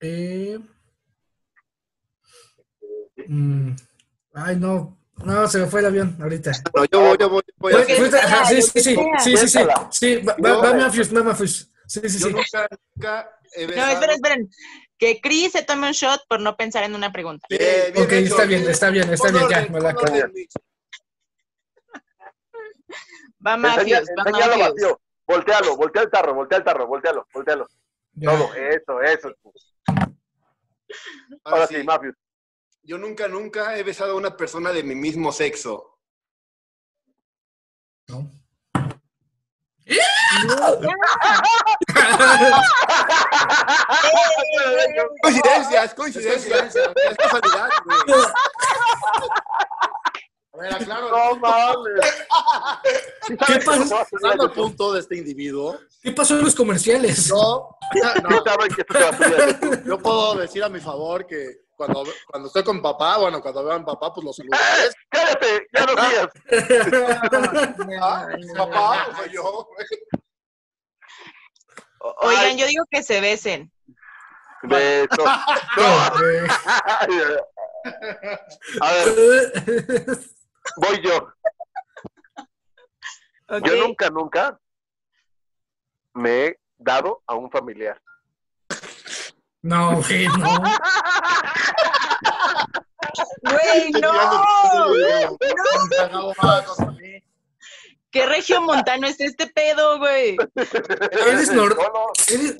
S3: eh, mm, ay, no. No, se me fue el avión ahorita.
S5: No, yo voy, yo voy, yo voy.
S4: Porque-
S3: Fuiste- pues, ajá, sí, sí, sí, sí, sí, sí,
S2: Cuéntala.
S3: sí, va,
S2: No,
S3: va, va
S2: güey.
S3: Mafius, va Mafius. Sí, sí,
S5: Yo
S3: sí.
S5: nunca, nunca he
S4: No,
S5: besado.
S4: esperen, esperen. Que Chris se tome un shot por no pensar en una pregunta.
S5: Bien, bien
S3: Ok,
S5: hecho,
S3: está bien, está bien, está bien, ya,
S5: orden,
S3: me la
S5: con orden,
S2: acuerdo.
S5: Mitch.
S4: Va
S2: Enseña-
S4: Mafius, va
S2: Enseñalo
S4: Mafius.
S2: vacío. Voltealo, voltea el tarro, voltea el tarro, voltealo, voltealo.
S3: Ya.
S2: Todo, eso, eso.
S5: Ahora Ah, sí,
S2: Mafius.
S5: Yo nunca, nunca he besado a una persona de mi mismo sexo.
S3: No.
S5: Coincidencias, coincidencias. Es casualidad, güey.
S6: A ver, aclaro.
S2: No mames.
S3: ¿Qué pasó?
S6: Dando el punto de este individuo,
S3: ¿Qué pasó en los comerciales?
S6: yo,
S2: Sí saben que esto se va a subir.
S6: yo puedo decir a mi favor que cuando, cuando estoy con papá, bueno, cuando veo a mi papá, pues lo saludo.
S2: ¡Eh, ¡Cállate! ¡Ya no sigas!
S6: Ah, Papá, soy yo. güey.
S4: Oigan, yo digo que se besen.
S2: Beso. No.
S3: Eh,
S2: A ver, voy yo.
S4: ¿ok?
S2: Yo nunca, nunca me he dado a un familiar.
S3: No, güey, no.
S4: Güey, no.
S6: Acabo más, no sé.
S4: ¿Qué regio montano es este pedo, güey?
S3: Eres nor-
S2: No, no.
S3: ¿Eres,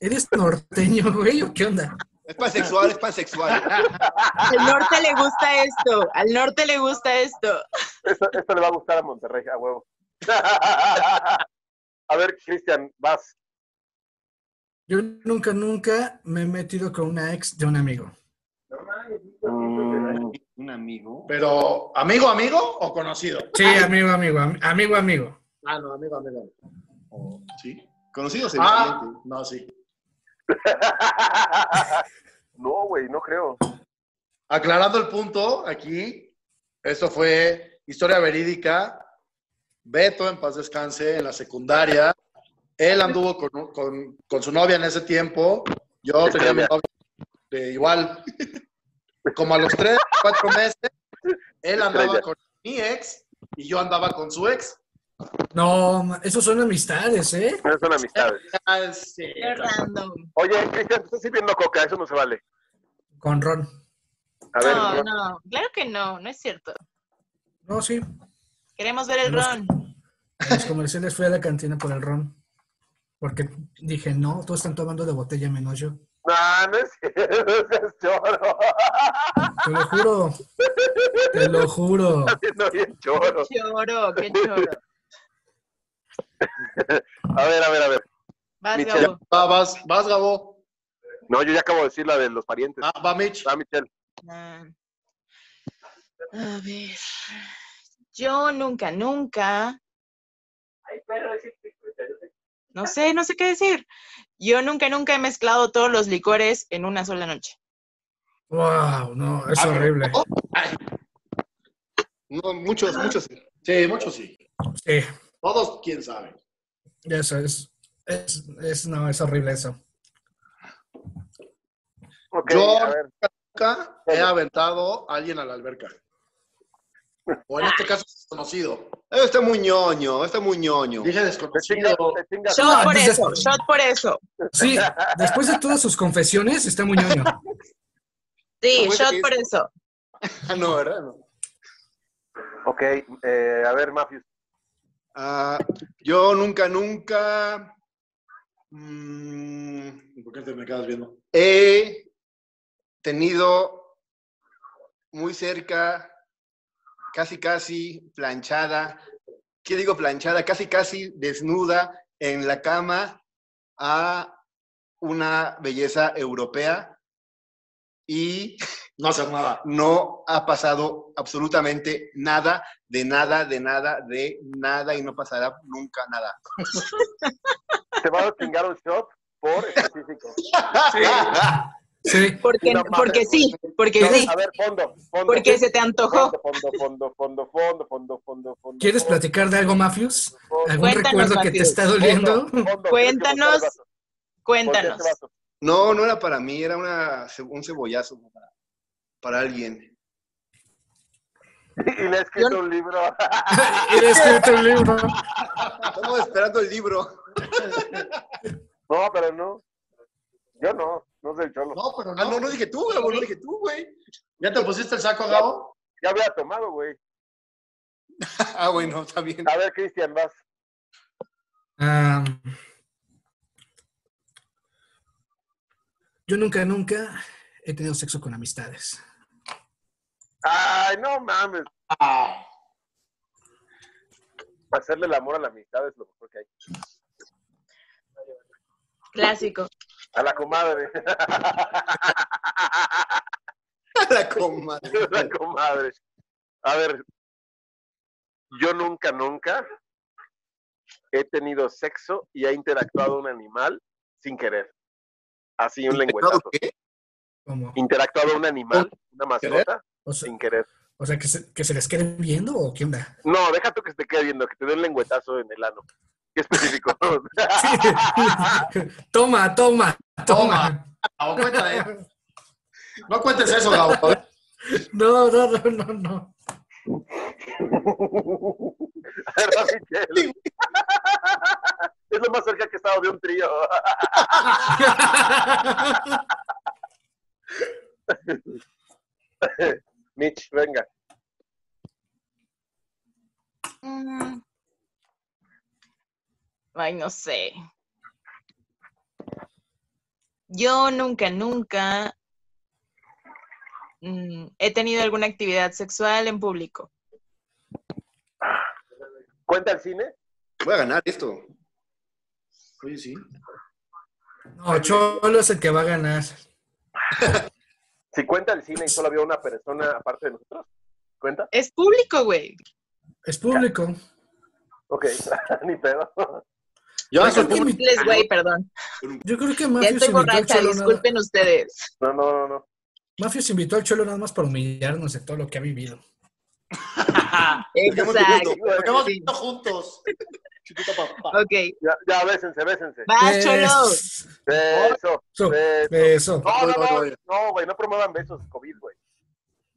S3: eres norteño, güey, o qué onda?
S5: Es pansexual, es pansexual.
S4: Al norte le gusta esto. Al norte le gusta esto.
S2: Esto, esto le va a gustar a Monterrey, a huevo. A ver, Cristian, vas.
S3: Yo nunca, nunca me he metido con una ex de un amigo.
S5: Un amigo.
S6: Pero, ¿amigo, amigo o conocido?
S3: Sí, amigo, amigo, am- amigo, amigo.
S6: Ah, no, amigo, amigo. Oh, ¿Sí?
S5: Conocido
S6: Ah,
S5: seguramente.
S6: no, sí.
S2: No, güey, no creo.
S6: Aclarando el punto, aquí, esto fue historia verídica. Beto, en paz descanse, en la secundaria. Él anduvo con, con- con su novia en ese tiempo. Yo tenía mi novia de igual, como a los tres, cuatro meses. Él andaba
S2: Estrella.
S6: con mi ex y yo andaba con su ex.
S3: No, ma- esos son amistades, ¿eh?
S2: No son amistades.
S6: Ah, sí.
S4: Qué random.
S2: Oye, Cristian, tú estás sirviendo coca, eso no se vale.
S3: Con Ron.
S2: A ver,
S4: No, no. Claro que no, no es cierto.
S3: No, sí.
S4: Queremos ver el ron.
S3: En los comerciales fui a la cantina por el Ron. Porque dije, no, todos están tomando de botella menos yo.
S2: no, no es cierto, es choro.
S3: Te lo juro. Te lo juro.
S2: Haciendo bien
S4: Qué
S2: choro.
S4: choro, qué choro.
S2: A ver, a ver, a ver.
S4: Vas,
S2: Michelle.
S4: Gabo.
S6: Va, vas, vas, Gabo.
S2: No, yo ya acabo de decir la de los parientes.
S6: Ah, va, Mitch.
S2: Ah, Michelle.
S4: Ah. A ver. Yo nunca, nunca. No sé, no sé qué decir. Yo nunca, nunca he mezclado todos los licores en una sola noche.
S3: Wow, no,
S4: Ah,
S3: es horrible.
S5: No, muchos, muchos.
S6: Sí, muchos sí.
S3: Sí,
S6: Todos, quién sabe.
S3: eso es. Es, es, no, es horrible eso.
S2: Ok,
S6: Yo-
S2: a ver.
S6: Nunca he aventado a alguien a la alberca. O en este caso, desconocido.
S5: Eh, Está muy ñoño, está muy ñoño. Este
S6: Dije
S2: Te
S6: desconocido.
S2: chingas, te chingas.
S4: Shot por
S3: entonces-
S4: eso, shot por eso.
S3: Sí, después de todas sus confesiones, está muy ñoño.
S4: Sí,
S6: No, pues,
S4: shot
S6: es-
S4: por eso.
S6: Ah, no, ¿verdad? No.
S2: Ok, eh, a ver, Mafius.
S5: Ah, yo nunca, nunca mm,
S6: ¿Por qué te me quedas viendo?
S5: he tenido muy cerca, casi, casi planchada, ¿qué digo planchada? Casi, casi desnuda en la cama a una belleza europea y
S6: No haces nada.
S5: no ha pasado absolutamente nada, de nada, de nada, de nada y no pasará nunca nada.
S2: Te vas a chingar un shot por específico.
S3: Sí,
S4: Porque,
S2: Una madre,
S4: porque sí, porque sí,
S2: A ver, fondo, fondo.
S4: porque se te antojó.
S2: Fondo, fondo, fondo, fondo, fondo, fondo, fondo, fondo.
S3: ¿quieres
S2: fondo,
S3: platicar de algo, Mafius?
S2: fondo,
S3: ¿Algún
S4: Cuéntanos,
S3: recuerdo que te
S4: Mafius.
S3: está doliendo?
S2: fondo, fondo,
S4: Cuéntanos,
S2: voltea este vaso, voltea
S4: Cuéntanos.
S2: este vaso.
S5: No, no era para mí, era una, ce- un cebollazo para, para alguien.
S2: Y le he escrito un libro.
S3: He escrito un libro.
S5: Estamos esperando el libro.
S2: No, pero no. Yo no, no soy cholo.
S6: No, pero
S5: Ah, no, no dije tú, Gabo, no dije tú, güey.
S6: ¿Ya te pusiste el saco, Gabo?
S2: Ya había tomado, güey.
S5: Ah, bueno, está bien.
S2: A ver, Cristian, vas.
S3: Ah, yo nunca, nunca he tenido sexo con amistades.
S2: Ay, no mames.
S6: Ah,
S2: Hacerle el amor a la amistad es lo mejor que hay.
S4: Clásico.
S2: A la comadre.
S5: La comadre.
S2: la comadre. A ver, yo nunca, nunca he tenido sexo y ha interactuado un animal sin querer. Así un lengüetazo.
S5: ¿Qué?
S3: Como,
S2: Interactuado un animal, una mascota,
S3: o sea,
S2: sin querer.
S3: o sea, que, se, que se les queden viendo o qué onda.
S2: No, deja tú que se te quede viendo, que te dé un lengüetazo en el ano. Qué específico.
S3: toma, toma, toma.
S6: Gabo, cuenta de eso. No cuentes eso, Gabo.
S3: No, no, no, no, no.
S2: A ver, va, Michelle. es lo más cerca que he estado de un trío. Mitch, venga.
S4: Mm. Ay, no sé. Yo nunca, nunca mm, he tenido alguna actividad sexual en público.
S2: ¿Cuenta el cine?
S5: Voy a ganar esto.
S6: Oye, sí.
S3: No, Cholo es el que va a ganar.
S2: Si cuenta el cine y solo había una persona aparte de nosotros, ¿cuenta?
S4: Es público, güey.
S3: Es público.
S2: Ok, ni pedo.
S5: Yo
S3: Yo creo que mi-
S4: Les, güey, perdón.
S3: Yo creo que
S4: Ya
S3: Mafius invitó,
S4: estoy
S3: al
S4: borracha,
S3: Cholo nada,
S4: disculpen ustedes.
S2: No, no, no, no.
S3: Mafius invitó al Cholo nada más para humillarnos de todo lo que ha vivido.
S5: hemos vivido.
S4: Exacto.
S6: Porque hemos vivido juntos. Chiquita papá.
S4: Ok.
S2: Ya, ya, bésense, bésense.
S4: Vas, Ah, Cholo.
S3: Beso.
S2: Beso, beso.
S3: Beso.
S2: No, no, no,
S6: No, no, no.
S2: no, güey, no promuevan besos, COVID, güey.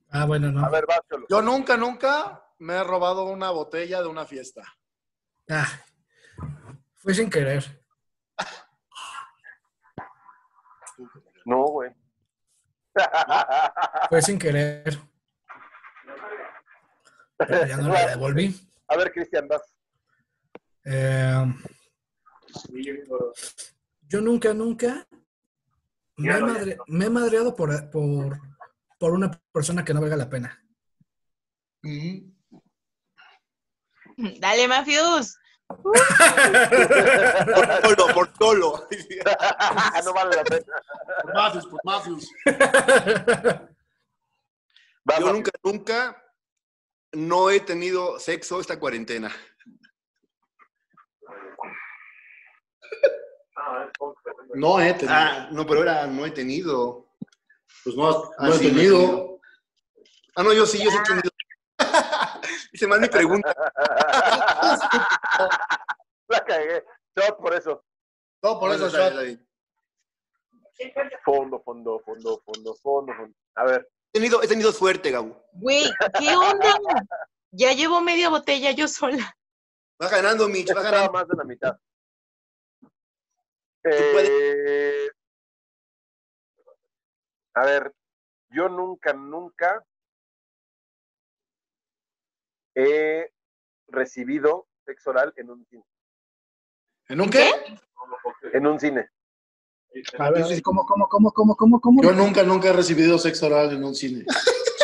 S3: Ah, bueno,
S2: A
S3: no.
S2: ver, va, Cholo.
S6: Yo nunca, nunca me he robado una botella de una fiesta.
S3: Ah, fue sin querer.
S2: No, güey.
S3: Fue sin querer. Pero ya no la devolví.
S2: A ver, Cristian, vas.
S3: Eh, yo nunca, nunca me he, madre- me he madreado por, por, por una persona que no valga la pena.
S4: Dale, Mafius.
S5: Por tolo, por tolo.
S2: Ah, no vale la pena.
S6: Por Mafius, por Mafius.
S2: Va,
S5: Yo
S2: va.
S5: nunca, nunca no he tenido sexo esta cuarentena.
S6: No eh, he tenido.
S5: Ah, no, pero ahora no he tenido.
S6: pues no,
S5: Ah, sí, no he tenido. Ah, no, yo sí, yo sí he tenido. Hice mal mi pregunta.
S2: La cagué. Shot por eso.
S6: No, por eso,
S5: Bueno,
S6: shot.
S5: está bien, está bien.
S2: Fondo, fondo, fondo, fondo, fondo, fondo. A ver.
S5: He tenido, he tenido suerte, Gabo.
S4: Güey, ¿qué onda? Ya llevo media botella yo sola.
S5: Va ganando, Mitch, va
S2: Estaba
S5: ganando.
S2: más de la mitad.
S5: puedes.
S2: Eh, a ver, Yo nunca, nunca he recibido sexo oral en un cine.
S6: ¿En un qué?
S2: En un cine.
S7: A ver, sí, ¿cómo, cómo, cómo, cómo, cómo, cómo?
S6: Yo nunca, nunca he recibido sexo oral en un cine.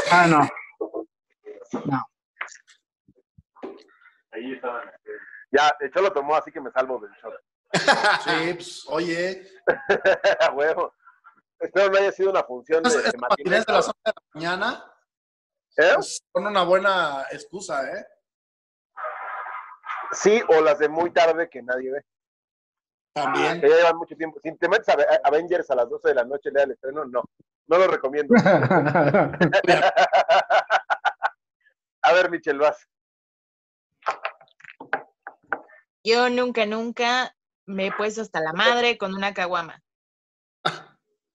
S7: Ah, no. No.
S2: Ya, de hecho lo tomó, así que me salvo del shock.
S6: Sí, pues, oye.
S2: A huevo. Espero no haya sido una función de,
S6: Esas
S2: de
S6: esas matinés de las 11 de la mañana pues,
S2: ¿Eh?
S6: son una buena excusa, ¿eh?
S2: Sí, o las de muy tarde que nadie ve.
S6: También.
S2: Que ya llevan mucho tiempo. Si te metes a a Avengers a las 12 de la noche, lea el estreno, no. No lo recomiendo. a ver, Michelle, vas.
S4: Yo nunca, nunca me he puesto hasta la madre con una caguama.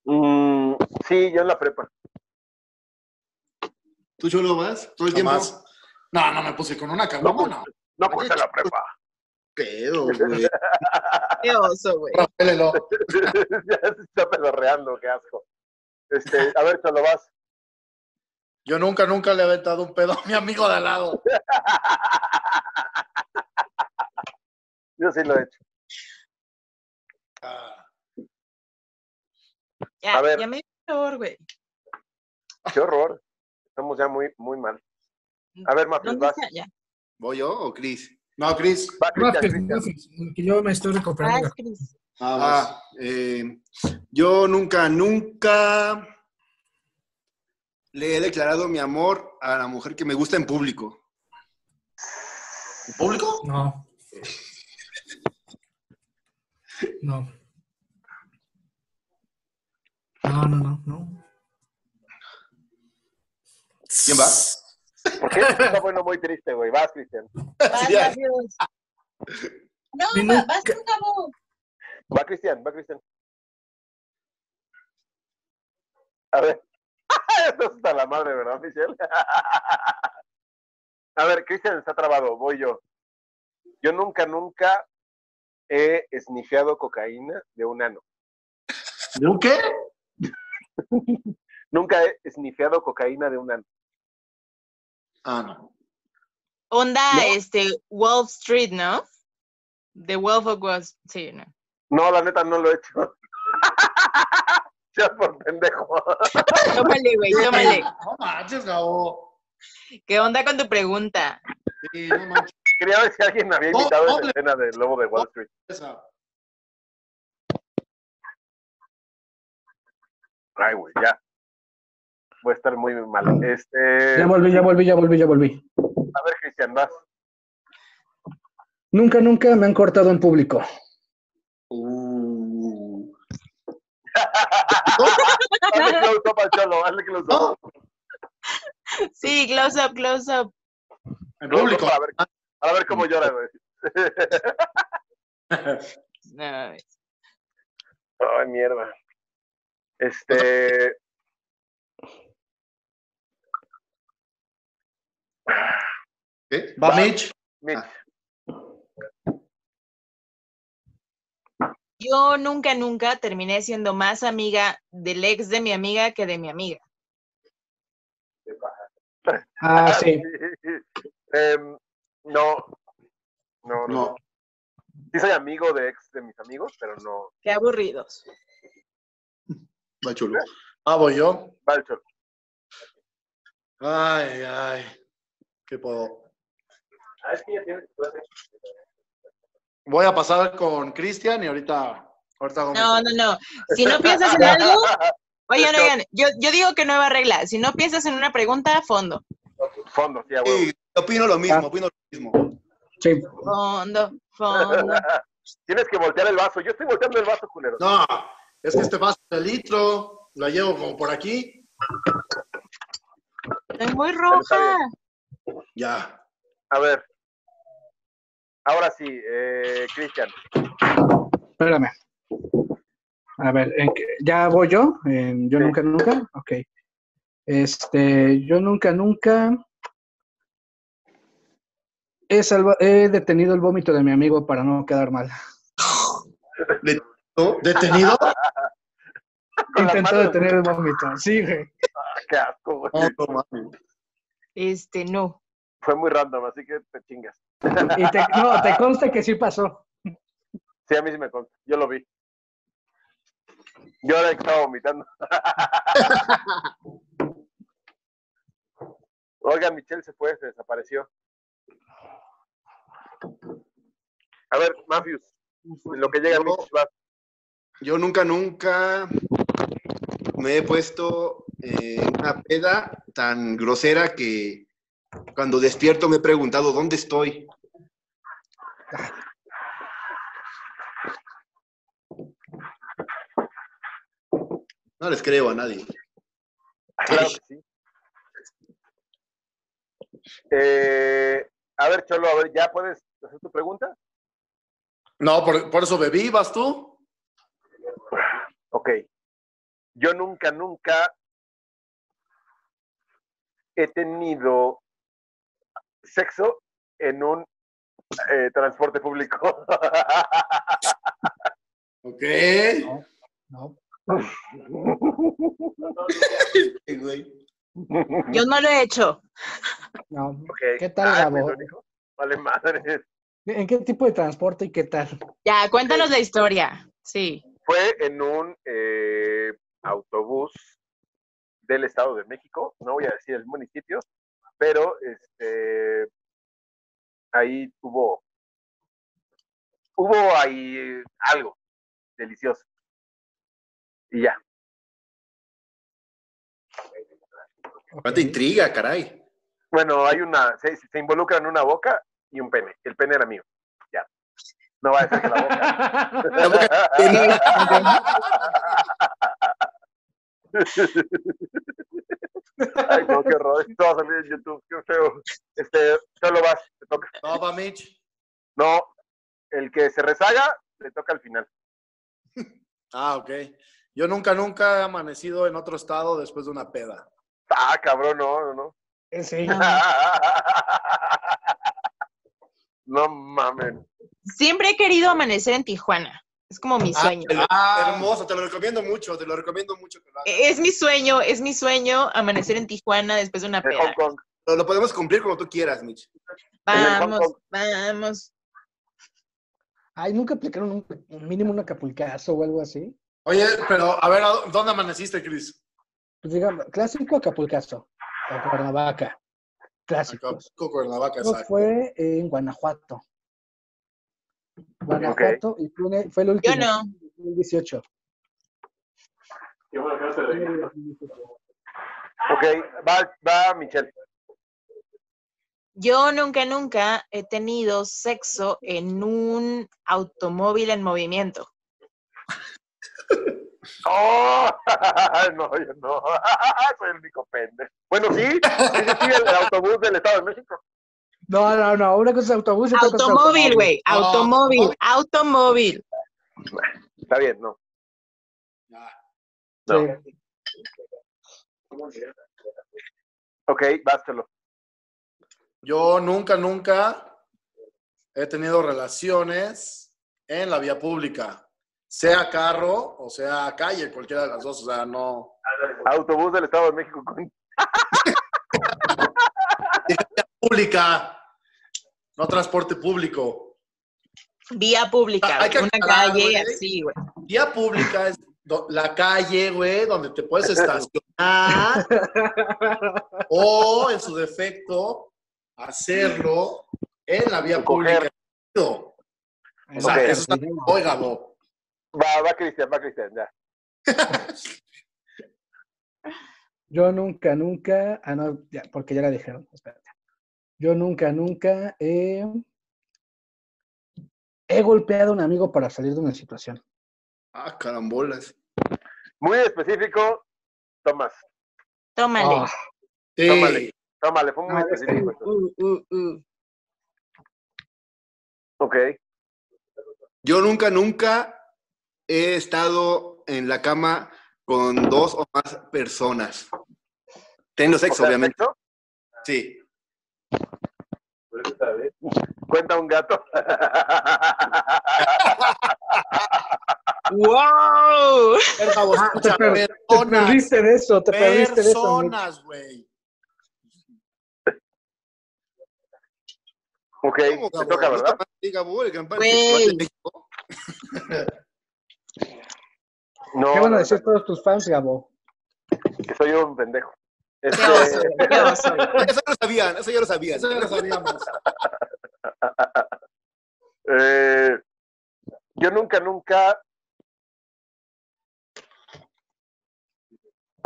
S2: Mm, sí, yo en la prepa.
S5: ¿Tú, Cholo, vas? ¿Todo el tiempo?
S6: Jamás. No, no me puse con una caguama, no.
S2: No, pues en la prepa.
S5: Pedo, güey.
S4: Qué oso, güey.
S6: Rafaelelo.
S2: ya se está pedorreando, qué asco. Este, a ver, Cholo, vas.
S6: Yo nunca, nunca le he aventado un pedo a mi amigo de al lado.
S2: Yo sí lo he hecho.
S6: Ah,
S4: Ya,
S2: A ver.
S4: ya me dio calor, güey.
S2: Qué horror. Estamos ya muy, muy mal. A ver, Mafis,
S4: ¿Dónde
S2: vas.
S4: está? Ya.
S5: ¿Voy yo o Cris?
S6: No, Cris.
S2: Va, Cristian,
S3: Maffer,
S2: Cristian.
S3: Maffer, que yo me estoy
S4: Ah,
S3: recuperando.
S4: es Cris.
S5: Ah, eh, yo nunca, nunca le he declarado mi amor a la mujer que me gusta en público.
S6: ¿En público?
S3: No. No. No, no, no, no.
S5: ¿Quién va?
S2: ¿Por qué? Está bueno, muy triste, güey. Vas, Cristian.
S4: Vas,
S6: ya.
S4: Dios. No,
S3: Mi
S4: va-
S3: nunca-
S4: vas tú, Gabo.
S2: Va, Cristian, va, Cristian. A ver. Esto está la madre, ¿verdad, Michelle? A ver, Cristian está trabado, voy yo. Yo nunca, nunca he snifeado cocaína de un ano.
S6: ¿De un qué?
S2: Nunca he snifeado cocaína de un ano.
S6: Ah, no.
S4: Onda,
S2: No.
S4: este, Wolf Street, ¿no? The Wolf of Wall Sí, no.
S2: No, la neta no lo he hecho. ya por pendejo.
S4: Tómale, güey, tómale.
S6: No manches, Gabo.
S4: ¿Qué onda con tu pregunta?
S6: Sí, no manches.
S2: Quería ver si alguien me había
S6: No,
S2: invitado en la
S6: doble.
S2: escena del Lobo de Wall Street.
S6: esa.
S2: Ay, güey, ya. Voy a estar muy mal. Este,
S7: Ya volví, ya volví, ya volví, ya volví.
S2: a ver, Cristian, vas.
S7: Nunca, nunca me han cortado en público.
S6: Uh.
S2: Hazle close up al cholo, hazle close up.
S4: Sí, close up, close up.
S6: En
S2: Close up
S6: público.
S2: para ver, para ver cómo llora, güey.
S4: No,
S2: Ay, mierda. Este.
S5: ¿Qué?
S6: Va Mitch.
S2: Mitch,
S4: Yo nunca, nunca terminé siendo más amiga del ex de mi amiga que de mi amiga.
S7: Ah, sí.
S2: Em, no. No, no.
S5: No.
S2: Sí soy amigo de ex de mis amigos, pero no.
S4: Qué aburridos.
S5: Va chulo.
S6: Ah, voy yo.
S2: Va el cholo.
S6: Ay, ay. ¿Qué puedo?
S2: Ah,
S6: Voy a pasar con Cristian y ahorita. ahorita hago mi-
S4: No, no, no. Si no piensas en algo, oigan,
S2: Esto-
S4: oigan, yo, yo digo que nueva regla. Si no piensas en una pregunta, a fondo.
S2: Fondo, sí, a huevo.
S5: Sí, opino lo mismo, opino lo mismo.
S7: Sí.
S4: Fondo, fondo.
S2: Tienes que voltear el vaso. Yo estoy volteando el vaso, culero.
S6: No, es que este vaso de litro la llevo como por aquí.
S4: Estoy muy roja.
S6: Ya.
S2: A ver. Ahora sí, eh, Cristian.
S7: Espérame. A ver, ¿en qué- ya voy yo. ¿En yo
S2: Sí.
S7: nunca, nunca. Ok. Este, yo nunca, nunca. He, salva- he detenido el vómito de mi amigo para no quedar mal.
S6: ¿Detenido?
S2: Con las
S7: Intentó
S2: manos.
S7: detener el vómito. Sí, güey.
S2: Ah, qué asco, güey.
S6: No, no mames.
S4: Este, no.
S2: Fue muy random, así que te chingas.
S7: Y te, no, te consta que sí pasó.
S2: Sí, a mí sí me consta. Yo lo vi. Yo ahora estaba vomitando. Oiga, Michelle se fue, se desapareció. A ver, Matthews, en lo que llega
S5: Yo-
S2: Mitch, vas.
S5: Yo nunca, nunca me he puesto eh, en una peda tan grosera que cuando despierto me he preguntado dónde estoy. No les creo a nadie.
S2: Claro que sí. Eh, a ver, Cholo, a ver, ¿ya puedes hacer tu pregunta?
S6: No, por, por eso bebí, ¿vas tú?
S2: Ok. Yo nunca, nunca he tenido sexo en un eh, transporte público.
S6: Ok.
S7: No.
S5: Sí, güey.
S4: Yo no lo he hecho.
S7: No.
S2: Ok.
S7: ¿Qué tal,
S2: Ah,
S7: Gabo?
S2: ¿es lo único? Vale, madre.
S7: ¿En qué tipo de transporte y qué tal?
S4: Ya, cuéntanos la historia. Sí.
S2: Fue en un eh, autobús del Estado de México, no voy a decir el municipio, pero este ahí hubo hubo ahí algo delicioso. Y ya.
S5: Cuánta intriga, caray.
S2: Bueno, hay una se, se involucran una boca y un pene. El pene era mío. Ya. No va a ser que la boca.
S5: La boca tenía-
S2: Ay, no, qué horror. Esto va a salir en YouTube, qué feo. Este, solo vas, te toca.
S6: No, va Mitch.
S2: No, el que se rezaga le toca al final.
S6: Ah, ok. Yo nunca, nunca he amanecido en otro estado después de una peda.
S2: Ah, cabrón, no, no, no.
S7: Eh, Sí.
S2: Ah.
S4: No.
S2: No mames.
S4: Siempre he querido amanecer en Tijuana. Es como mi sueño.
S5: Ah, hermoso, te lo recomiendo mucho, te lo recomiendo mucho. que lo hagas.
S4: E, Es mi sueño, es mi sueño amanecer en Tijuana después de una
S2: En Hong
S4: peda.
S2: Kong.
S5: Lo, lo podemos cumplir como tú quieras, Mitch.
S2: en el Hong
S4: Vamos, vamos.
S7: Ay, nunca aplicaron un, un mínimo un acapulcazo o algo así.
S6: Oye, pero a ver, ¿a dó- ¿dónde amaneciste, Cris?
S7: Pues digamos, clásico acapulcazo. O Cuernavaca. Clásicos.
S6: Acapulco, Cuernavaca,
S7: Uno
S6: exacto.
S7: fue en Guanajuato. Guanajuato y fue, fue el último.
S4: Yo no.
S7: 2018.
S2: Ok, va, va Michelle.
S4: Yo nunca, nunca he tenido sexo en un automóvil en movimiento.
S2: ¡Oh! No, yo no. Soy el único pendejo. Bueno, sí, sí, sí, sí, el autobús del Estado de México.
S7: No, no, no. Una cosa es autobús y otra cosa es
S4: Automóvil, güey.
S6: No,
S4: Automóvil, automóvil.
S2: Está bien, no.
S7: Sí.
S2: No. Ok, bástalo.
S6: Yo nunca, nunca he tenido relaciones en la vía pública, sea carro o sea calle, cualquiera de las dos. O sea, no.
S2: Autobús del Estado de México con
S6: Pública, no transporte público.
S4: Vía pública,
S6: Ah, hay
S4: güey,
S6: que
S4: una
S6: aclarar,
S4: calle
S6: güey.
S4: así, güey.
S6: Vía pública es do- la calle, güey, donde te puedes estacionar o, en su defecto, hacerlo en la vía pública.
S2: Coger.
S6: O sea,
S2: Ok.
S6: eso está. Oiga, Bob.
S2: Va, va Cristian, va Cristian, ya.
S7: Yo nunca, nunca. Ah, no, ya, porque ya la dijeron. Espérate. Yo nunca, nunca he. He golpeado a un amigo para salir de una situación.
S5: Ah, carambolas.
S2: Muy específico, Tomás.
S4: Tómale.
S7: Ah,
S6: Sí.
S2: Tómale. Tómale, fue muy
S7: Ah,
S2: específico. esto.
S4: Uh, uh, uh.
S2: Ok.
S5: Yo nunca, nunca he estado en la cama con dos o más personas. Teniendo
S2: O
S5: sexo,
S2: sea,
S5: obviamente.
S2: sexo,
S5: Sí.
S2: Cuenta un gato.
S4: ¡Wow!
S6: A ver, Gabo,
S7: Ah,
S6: escucha, a Ah,
S7: pero-
S6: ver,
S3: Te
S6: Personas.
S3: perdiste de eso, te perdiste de eso. Mitch.
S6: Personas, güey.
S2: Ok,
S5: ¿Cómo,
S2: te toca,
S5: Gabo? ¿No
S2: ¿verdad?
S5: está mal, sí, Gabo, el gran
S4: Güey.
S5: festival de México?
S2: No,
S3: ¿Qué van
S2: no,
S3: a decir todos tus fans, Gabo?
S2: que soy un pendejo. Este,
S4: Qué oso, qué oso.
S5: Eso ya lo sabían, eso ya lo sabían.
S6: Eso ya lo sabíamos.
S2: eh, yo nunca, nunca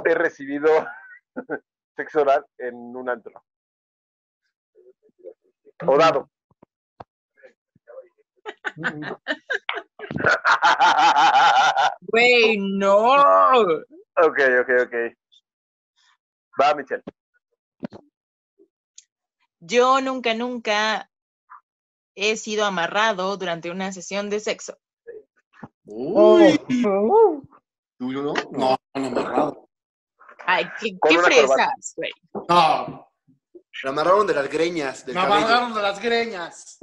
S2: he recibido sexo oral en un antro. O dado.
S3: Mm,
S4: Güey, no.
S2: ok, ok, ok. Va, Michelle.
S4: Yo nunca, nunca he sido amarrado durante una sesión de sexo.
S3: Oh,
S5: Uy.
S3: mm.
S5: ¿Tú no?
S6: No, Oh, no, amarrado.
S4: Ay, qué,
S2: Con
S4: qué
S2: una corbata.
S4: fresas, güey.
S6: No,
S5: La amarraron de las greñas del
S6: me
S5: cabello.
S6: amarraron de las greñas.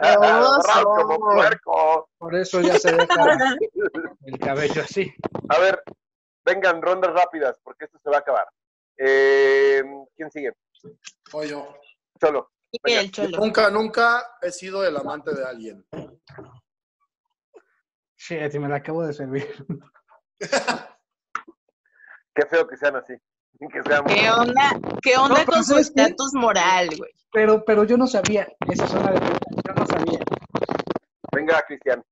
S2: Raro como puerco.
S3: Por eso ya se deja el cabello así.
S2: A ver, vengan rondas rápidas porque esto se va a acabar. Eh, ¿Quién sigue?
S6: Soy yo.
S2: Cholo.
S4: Y el cholo.
S6: Nunca, nunca he sido el amante de alguien.
S3: Shit, y me la acabo de servir.
S2: Qué feo que sean así. Que sean.
S4: ¿Qué onda, qué onda
S3: No, pero
S4: con su
S3: ¿sabes qué?
S4: estatus moral, güey?
S3: Pero, pero yo no sabía. Esa es una de Yo no sabía.
S2: Venga, Cristian.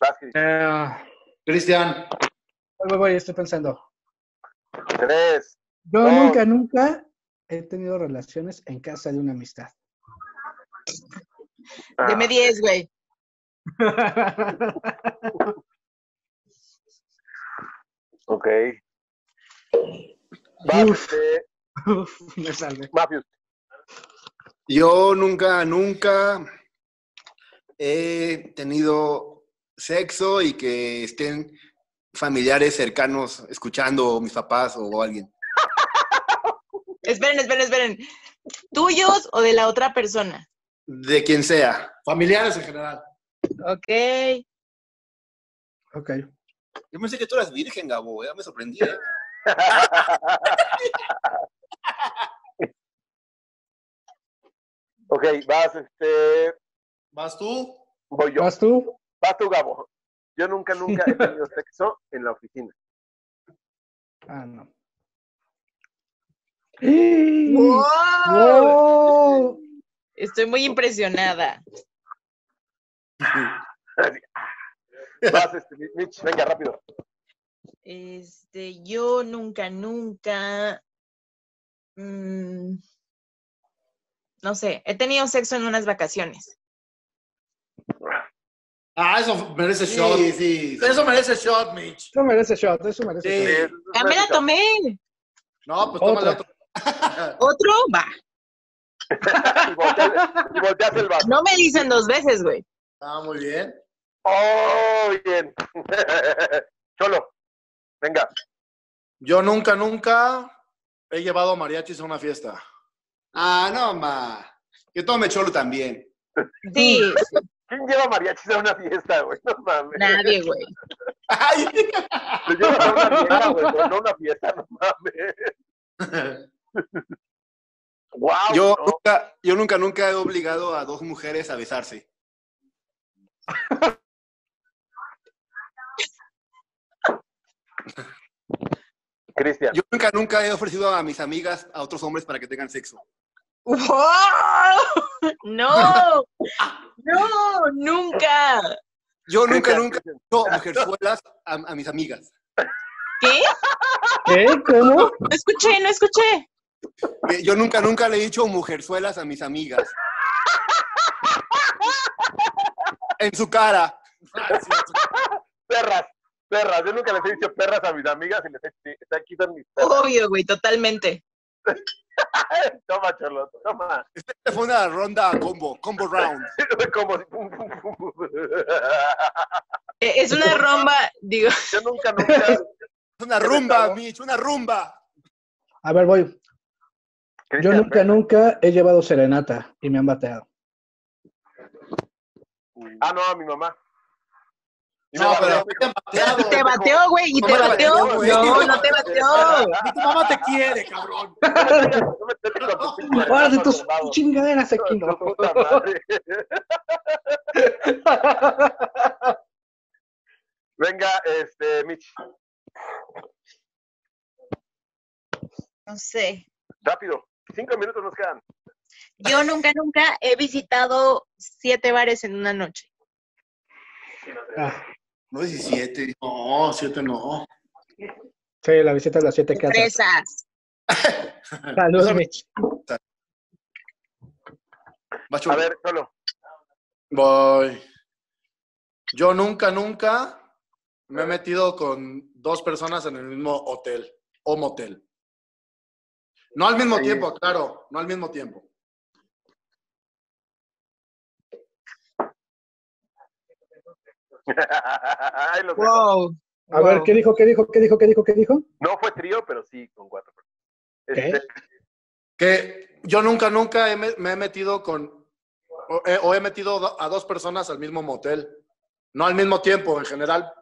S2: Vas, Cristian.
S3: Eh,
S6: Cristian,
S3: voy, voy, voy, estoy pensando. Eh.
S2: Tres.
S3: Yo
S2: No.
S3: nunca, nunca he tenido relaciones en casa de una amistad.
S2: Ah,
S4: Deme 10, güey.
S2: ok. Vas,
S3: Uf.
S2: este,
S3: Uf, me salvé.
S2: Mafius.
S5: Yo nunca, nunca he tenido sexo y que estén familiares cercanos escuchando mis papás o alguien.
S4: Esperen, esperen, esperen. ¿Tuyos o de la otra persona?
S5: De quien sea.
S6: familiares en general.
S4: Ok.
S3: Ok.
S5: Yo pensé que tú eras virgen, Gabo, ya me sorprendí. ¿eh?
S2: ok, vas, este.
S6: ¿Vas tú?
S2: Voy yo.
S3: ¿Vas tú?
S2: Vas tú, Gabo. Yo nunca, nunca he tenido sexo en la oficina.
S3: Ah, no.
S4: ¡Wow!
S3: ¡Wow!
S4: Estoy muy impresionada.
S2: Vas, este, Mitch, venga, rápido.
S4: Este, yo nunca, nunca. mm, no sé, he tenido sexo en unas vacaciones.
S6: Ah, eso merece shot.
S5: Sí, sí.
S6: Eso merece shot, Mitch.
S3: Eso merece shot, eso merece
S6: Sí.
S2: Eh,
S3: shot.
S4: También la tomé.
S6: No, pues
S3: Otra.
S6: tómale otro.
S4: Otro, va.
S2: y, volteas, y volteas el vaso.
S4: No me dicen dos veces, güey.
S6: Ah, muy bien.
S2: ¡Oh, bien! Cholo, venga.
S6: Yo nunca, nunca he llevado mariachis a una fiesta.
S5: Ah, no, ma. Yo tome cholo también.
S4: Sí,
S2: ¿Quién lleva mariachis a una fiesta, güey? No mames.
S4: nadie, güey.
S6: ¡Ay!
S2: Lo llevas a una fiesta, güey, pero no a una fiesta, no mames. Wow,
S5: Yo nunca, yo nunca, nunca he obligado a dos mujeres a besarse.
S2: Cristian.
S5: Yo nunca, nunca he ofrecido a mis amigas a otros hombres para que tengan sexo.
S4: ¡Wow! No, no, nunca.
S5: Yo nunca,
S2: Cristian,
S5: nunca
S2: Cristian.
S5: he hecho mujerzuelas a, a mis amigas.
S4: ¿Qué?
S3: ¿Qué? ¿Cómo?
S4: No escuché, no escuché.
S5: Eh, Yo nunca, nunca le he dicho mujerzuelas a mis amigas. En su cara.
S2: Perras, perras. Yo nunca les he dicho perras a mis amigas y les he se quitan mis perras.
S4: Obvio, güey, totalmente.
S2: Toma, Cholo, toma.
S5: Esta fue una ronda combo, combo round.
S2: Como si- pum, pum, pum, pum.
S4: Eh, Es una romba, digo,
S2: Yo nunca, nunca.
S5: Es una rumba, Mitch, una rumba.
S3: A ver, voy. Yo
S2: Cristian,
S3: nunca, nunca he llevado serenata y me han bateado.
S2: Ah, no, a mi mamá. Y me
S6: No,
S2: bateó,
S6: pero
S2: me
S6: te han bateado.
S4: Te bateó, güey, y
S6: No
S4: te
S6: me la
S4: bateó.
S6: bateó, güey.
S4: No, no te bateó.
S6: Ni tu mamá te quiere, cabrón.
S2: dijo, "No me toques con tu pinche
S3: Ahora de
S2: brazo
S3: tus
S2: armado".
S3: chingaderas eh, aquí,
S2: Tu
S3: no.
S2: puta madre. Venga, este, Mitch,
S8: No sé.
S2: rápido. Cinco minutos nos quedan.
S4: Yo nunca, nunca he visitado siete bares en una noche.
S3: Ah,
S6: No, 17. No, 7 no.
S3: sí, la visita de las siete Ah, casas.
S4: Fresas.
S3: Saludos, Mitch.
S6: Va, chulo.
S2: A ver, solo.
S6: Voy. Yo nunca, nunca me he metido con dos personas en el mismo hotel o motel. No al mismo tiempo, claro, no al mismo tiempo.
S2: Ahí los dejo.
S4: Wow.
S3: A ver, ¿qué dijo? ¿Qué dijo? ¿Qué dijo? ¿Qué dijo? ¿Qué dijo?
S2: No fue trío, pero sí con cuatro personas.
S3: ¿Qué?
S2: Este,
S6: Que yo nunca, nunca he me, me he metido con o he, o he metido do- a dos personas al mismo motel. No al mismo tiempo, en general.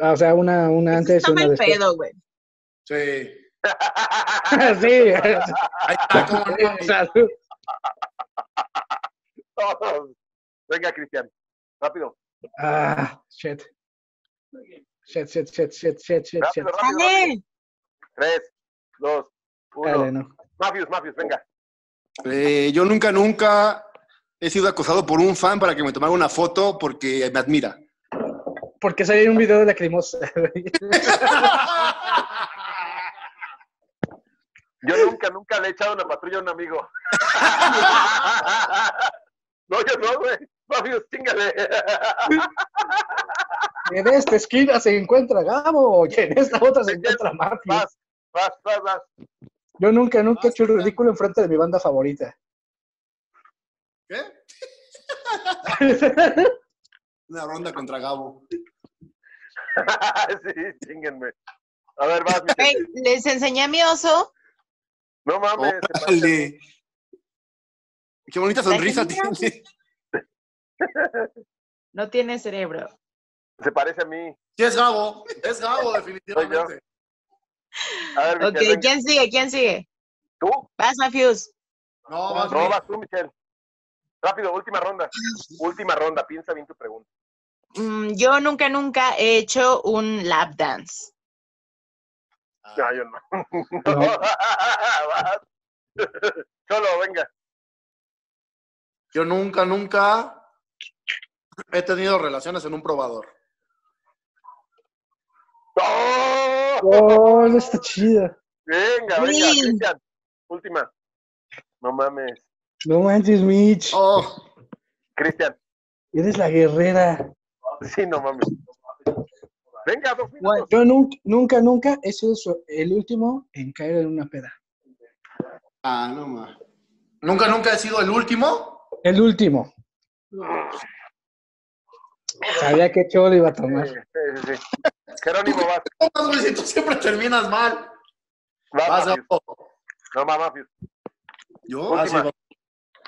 S3: Ah, o sea, una, una
S4: Eso
S3: antes
S4: está
S3: y una
S4: mal
S3: después.
S4: pedo, güey.
S6: Sí.
S3: sí.
S6: Ahí está, cómo no.
S3: Salud.
S2: todos. Venga, Cristian, rápido.
S3: Ah, shit. Shit, shit, shit, shit, shit, shit, shit.
S2: Rápido, rápido.
S4: Dale.
S2: Tres, dos,
S3: Dale,
S2: uno.
S3: no.
S2: Mafius, Mafius, venga.
S5: Eh, yo nunca, nunca he sido acosado por un fan para que me tomara una foto porque me admira.
S3: Porque salió en un video de lacrimosa. güey.
S2: Yo nunca, nunca le he echado una patrulla a un amigo. no, yo no, güey. Mafius, chingale.
S3: En esta esquina se encuentra Gabo y en esta otra se encuentra Mafia.
S2: vas, vas, vas, vas.
S3: Yo nunca, nunca he hecho el ridículo enfrente de mi banda favorita.
S6: ¿Qué?
S5: Una ronda contra Gabo.
S2: sí, chinguenme. A ver, vas, Michelle.
S4: Güey, les enseñé a mi oso.
S2: No mames. Sebastián.
S5: Órale. Qué bonita sonrisa tiene.
S4: Imagínate. No tiene cerebro.
S2: Se parece a mí.
S6: Sí, es Gabo. Es Gabo, definitivamente.
S2: A ver,
S4: Ok,
S2: Michelle, venga.
S4: ¿quién sigue? ¿Quién sigue?
S2: ¿Tú?
S4: Vas, Mafius.
S6: No, más
S2: No,
S6: bien.
S2: vas tú, Michelle. Rápido, última ronda. Última ronda, piensa bien tu pregunta.
S4: Mm, yo nunca, nunca he hecho un lap dance.
S2: No, yo no.
S3: No.
S2: Vas. Solo, venga.
S6: Yo nunca, nunca he tenido relaciones en un probador.
S2: ¡No!
S3: Oh, no está chida.
S2: Venga, venga,
S4: Mil.
S2: Cristian. Última. No mames.
S3: No manches, Mitch.
S6: Oh,
S2: Cristian.
S3: Eres la guerrera.
S2: Sí, no mames. Venga, dos minutos.
S3: Yo nunca, nunca, nunca he sido su- el último en caer en una peda.
S5: Ah, no ma.
S6: nunca, nunca he sido el último.
S3: El último. Sabía que Cholo iba a tomar.
S2: Sí, sí, sí, sí. Jerónimo, vas.
S6: Tomas, güey, si tú siempre terminas mal.
S2: Vas,
S6: Vas,
S2: Mafius.
S6: Gabo.
S2: No mames, Mafius.
S5: Yo,
S2: Última.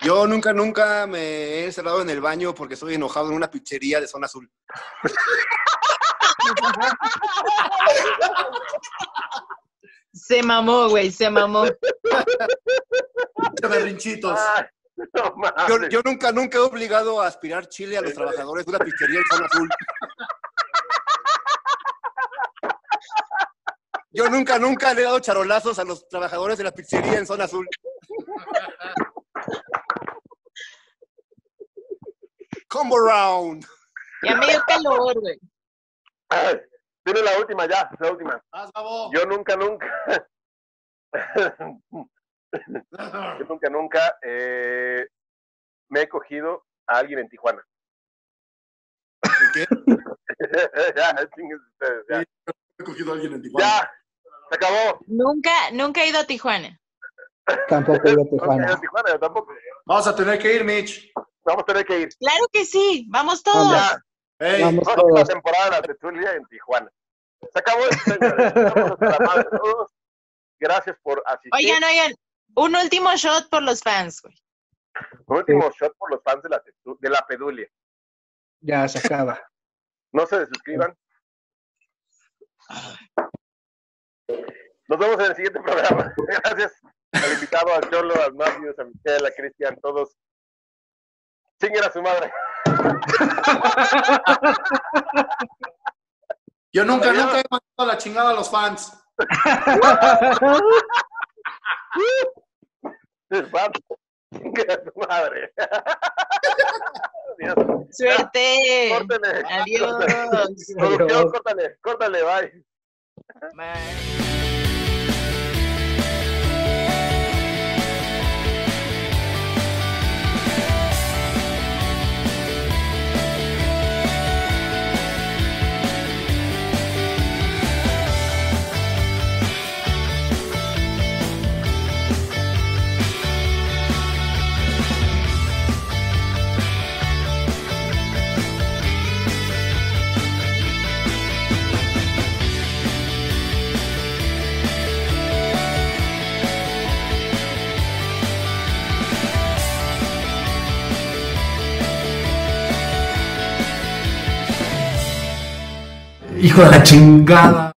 S5: yo nunca, nunca me he encerrado en el baño porque soy enojado en una pizzería de zona azul.
S4: Se mamó, güey, se mamó.
S6: Pinche berrinchitos.
S2: Ay, no mames.
S5: Yo, yo nunca, nunca he obligado a aspirar chile a los trabajadores de una pizzería en zona azul. Yo nunca, nunca le he dado charolazos a los trabajadores de la pizzería en zona azul. Combo round.
S4: Ya me dio calor, güey.
S2: Ay, Dime la última ya, la última.
S6: Vas, Gabo.
S2: Yo nunca, nunca. Yo nunca, nunca eh, me he cogido a alguien en Tijuana.
S6: ¿Y qué?
S2: ya, chingues ustedes, ya.
S6: He cogido a alguien en Tijuana.
S2: Ya, se acabó.
S4: Nunca, nunca he ido a Tijuana.
S3: Tampoco iba
S2: No
S3: a
S2: se quedó
S3: Tijuana.
S2: en Tijuana, yo tampoco.
S6: Vamos a tener que ir, Mitch.
S2: Vamos a tener que ir.
S4: Claro que sí, vamos todos.
S2: Ya,
S6: Ey,
S3: Vamos
S2: próxima
S3: todos.
S2: temporada de la tertulia en Tijuana. Se acabó esto, señores. Estamos hasta la madre todos. Gracias por asistir.
S4: Oigan, oigan, un último shot por los fans, güey.
S2: Último shot por los fans de la, tertu- de la pedulia.
S3: Ya se acaba.
S2: No se desuscriban. Nos vemos en el siguiente programa. Gracias al invitado, al Cholo, al Matthews, a Michelle, a Cristian, todos. Chinguen a su madre.
S6: Yo nunca, nunca he mandado a la chingada a los fans.
S2: Les va. Chinguen a su madre. Adiós.
S4: Suerte.
S2: Córtale.
S4: Eh, Adiós.
S2: Producción, córtale, córtale, bye.
S4: Bye.
S9: Hijo de la chingada.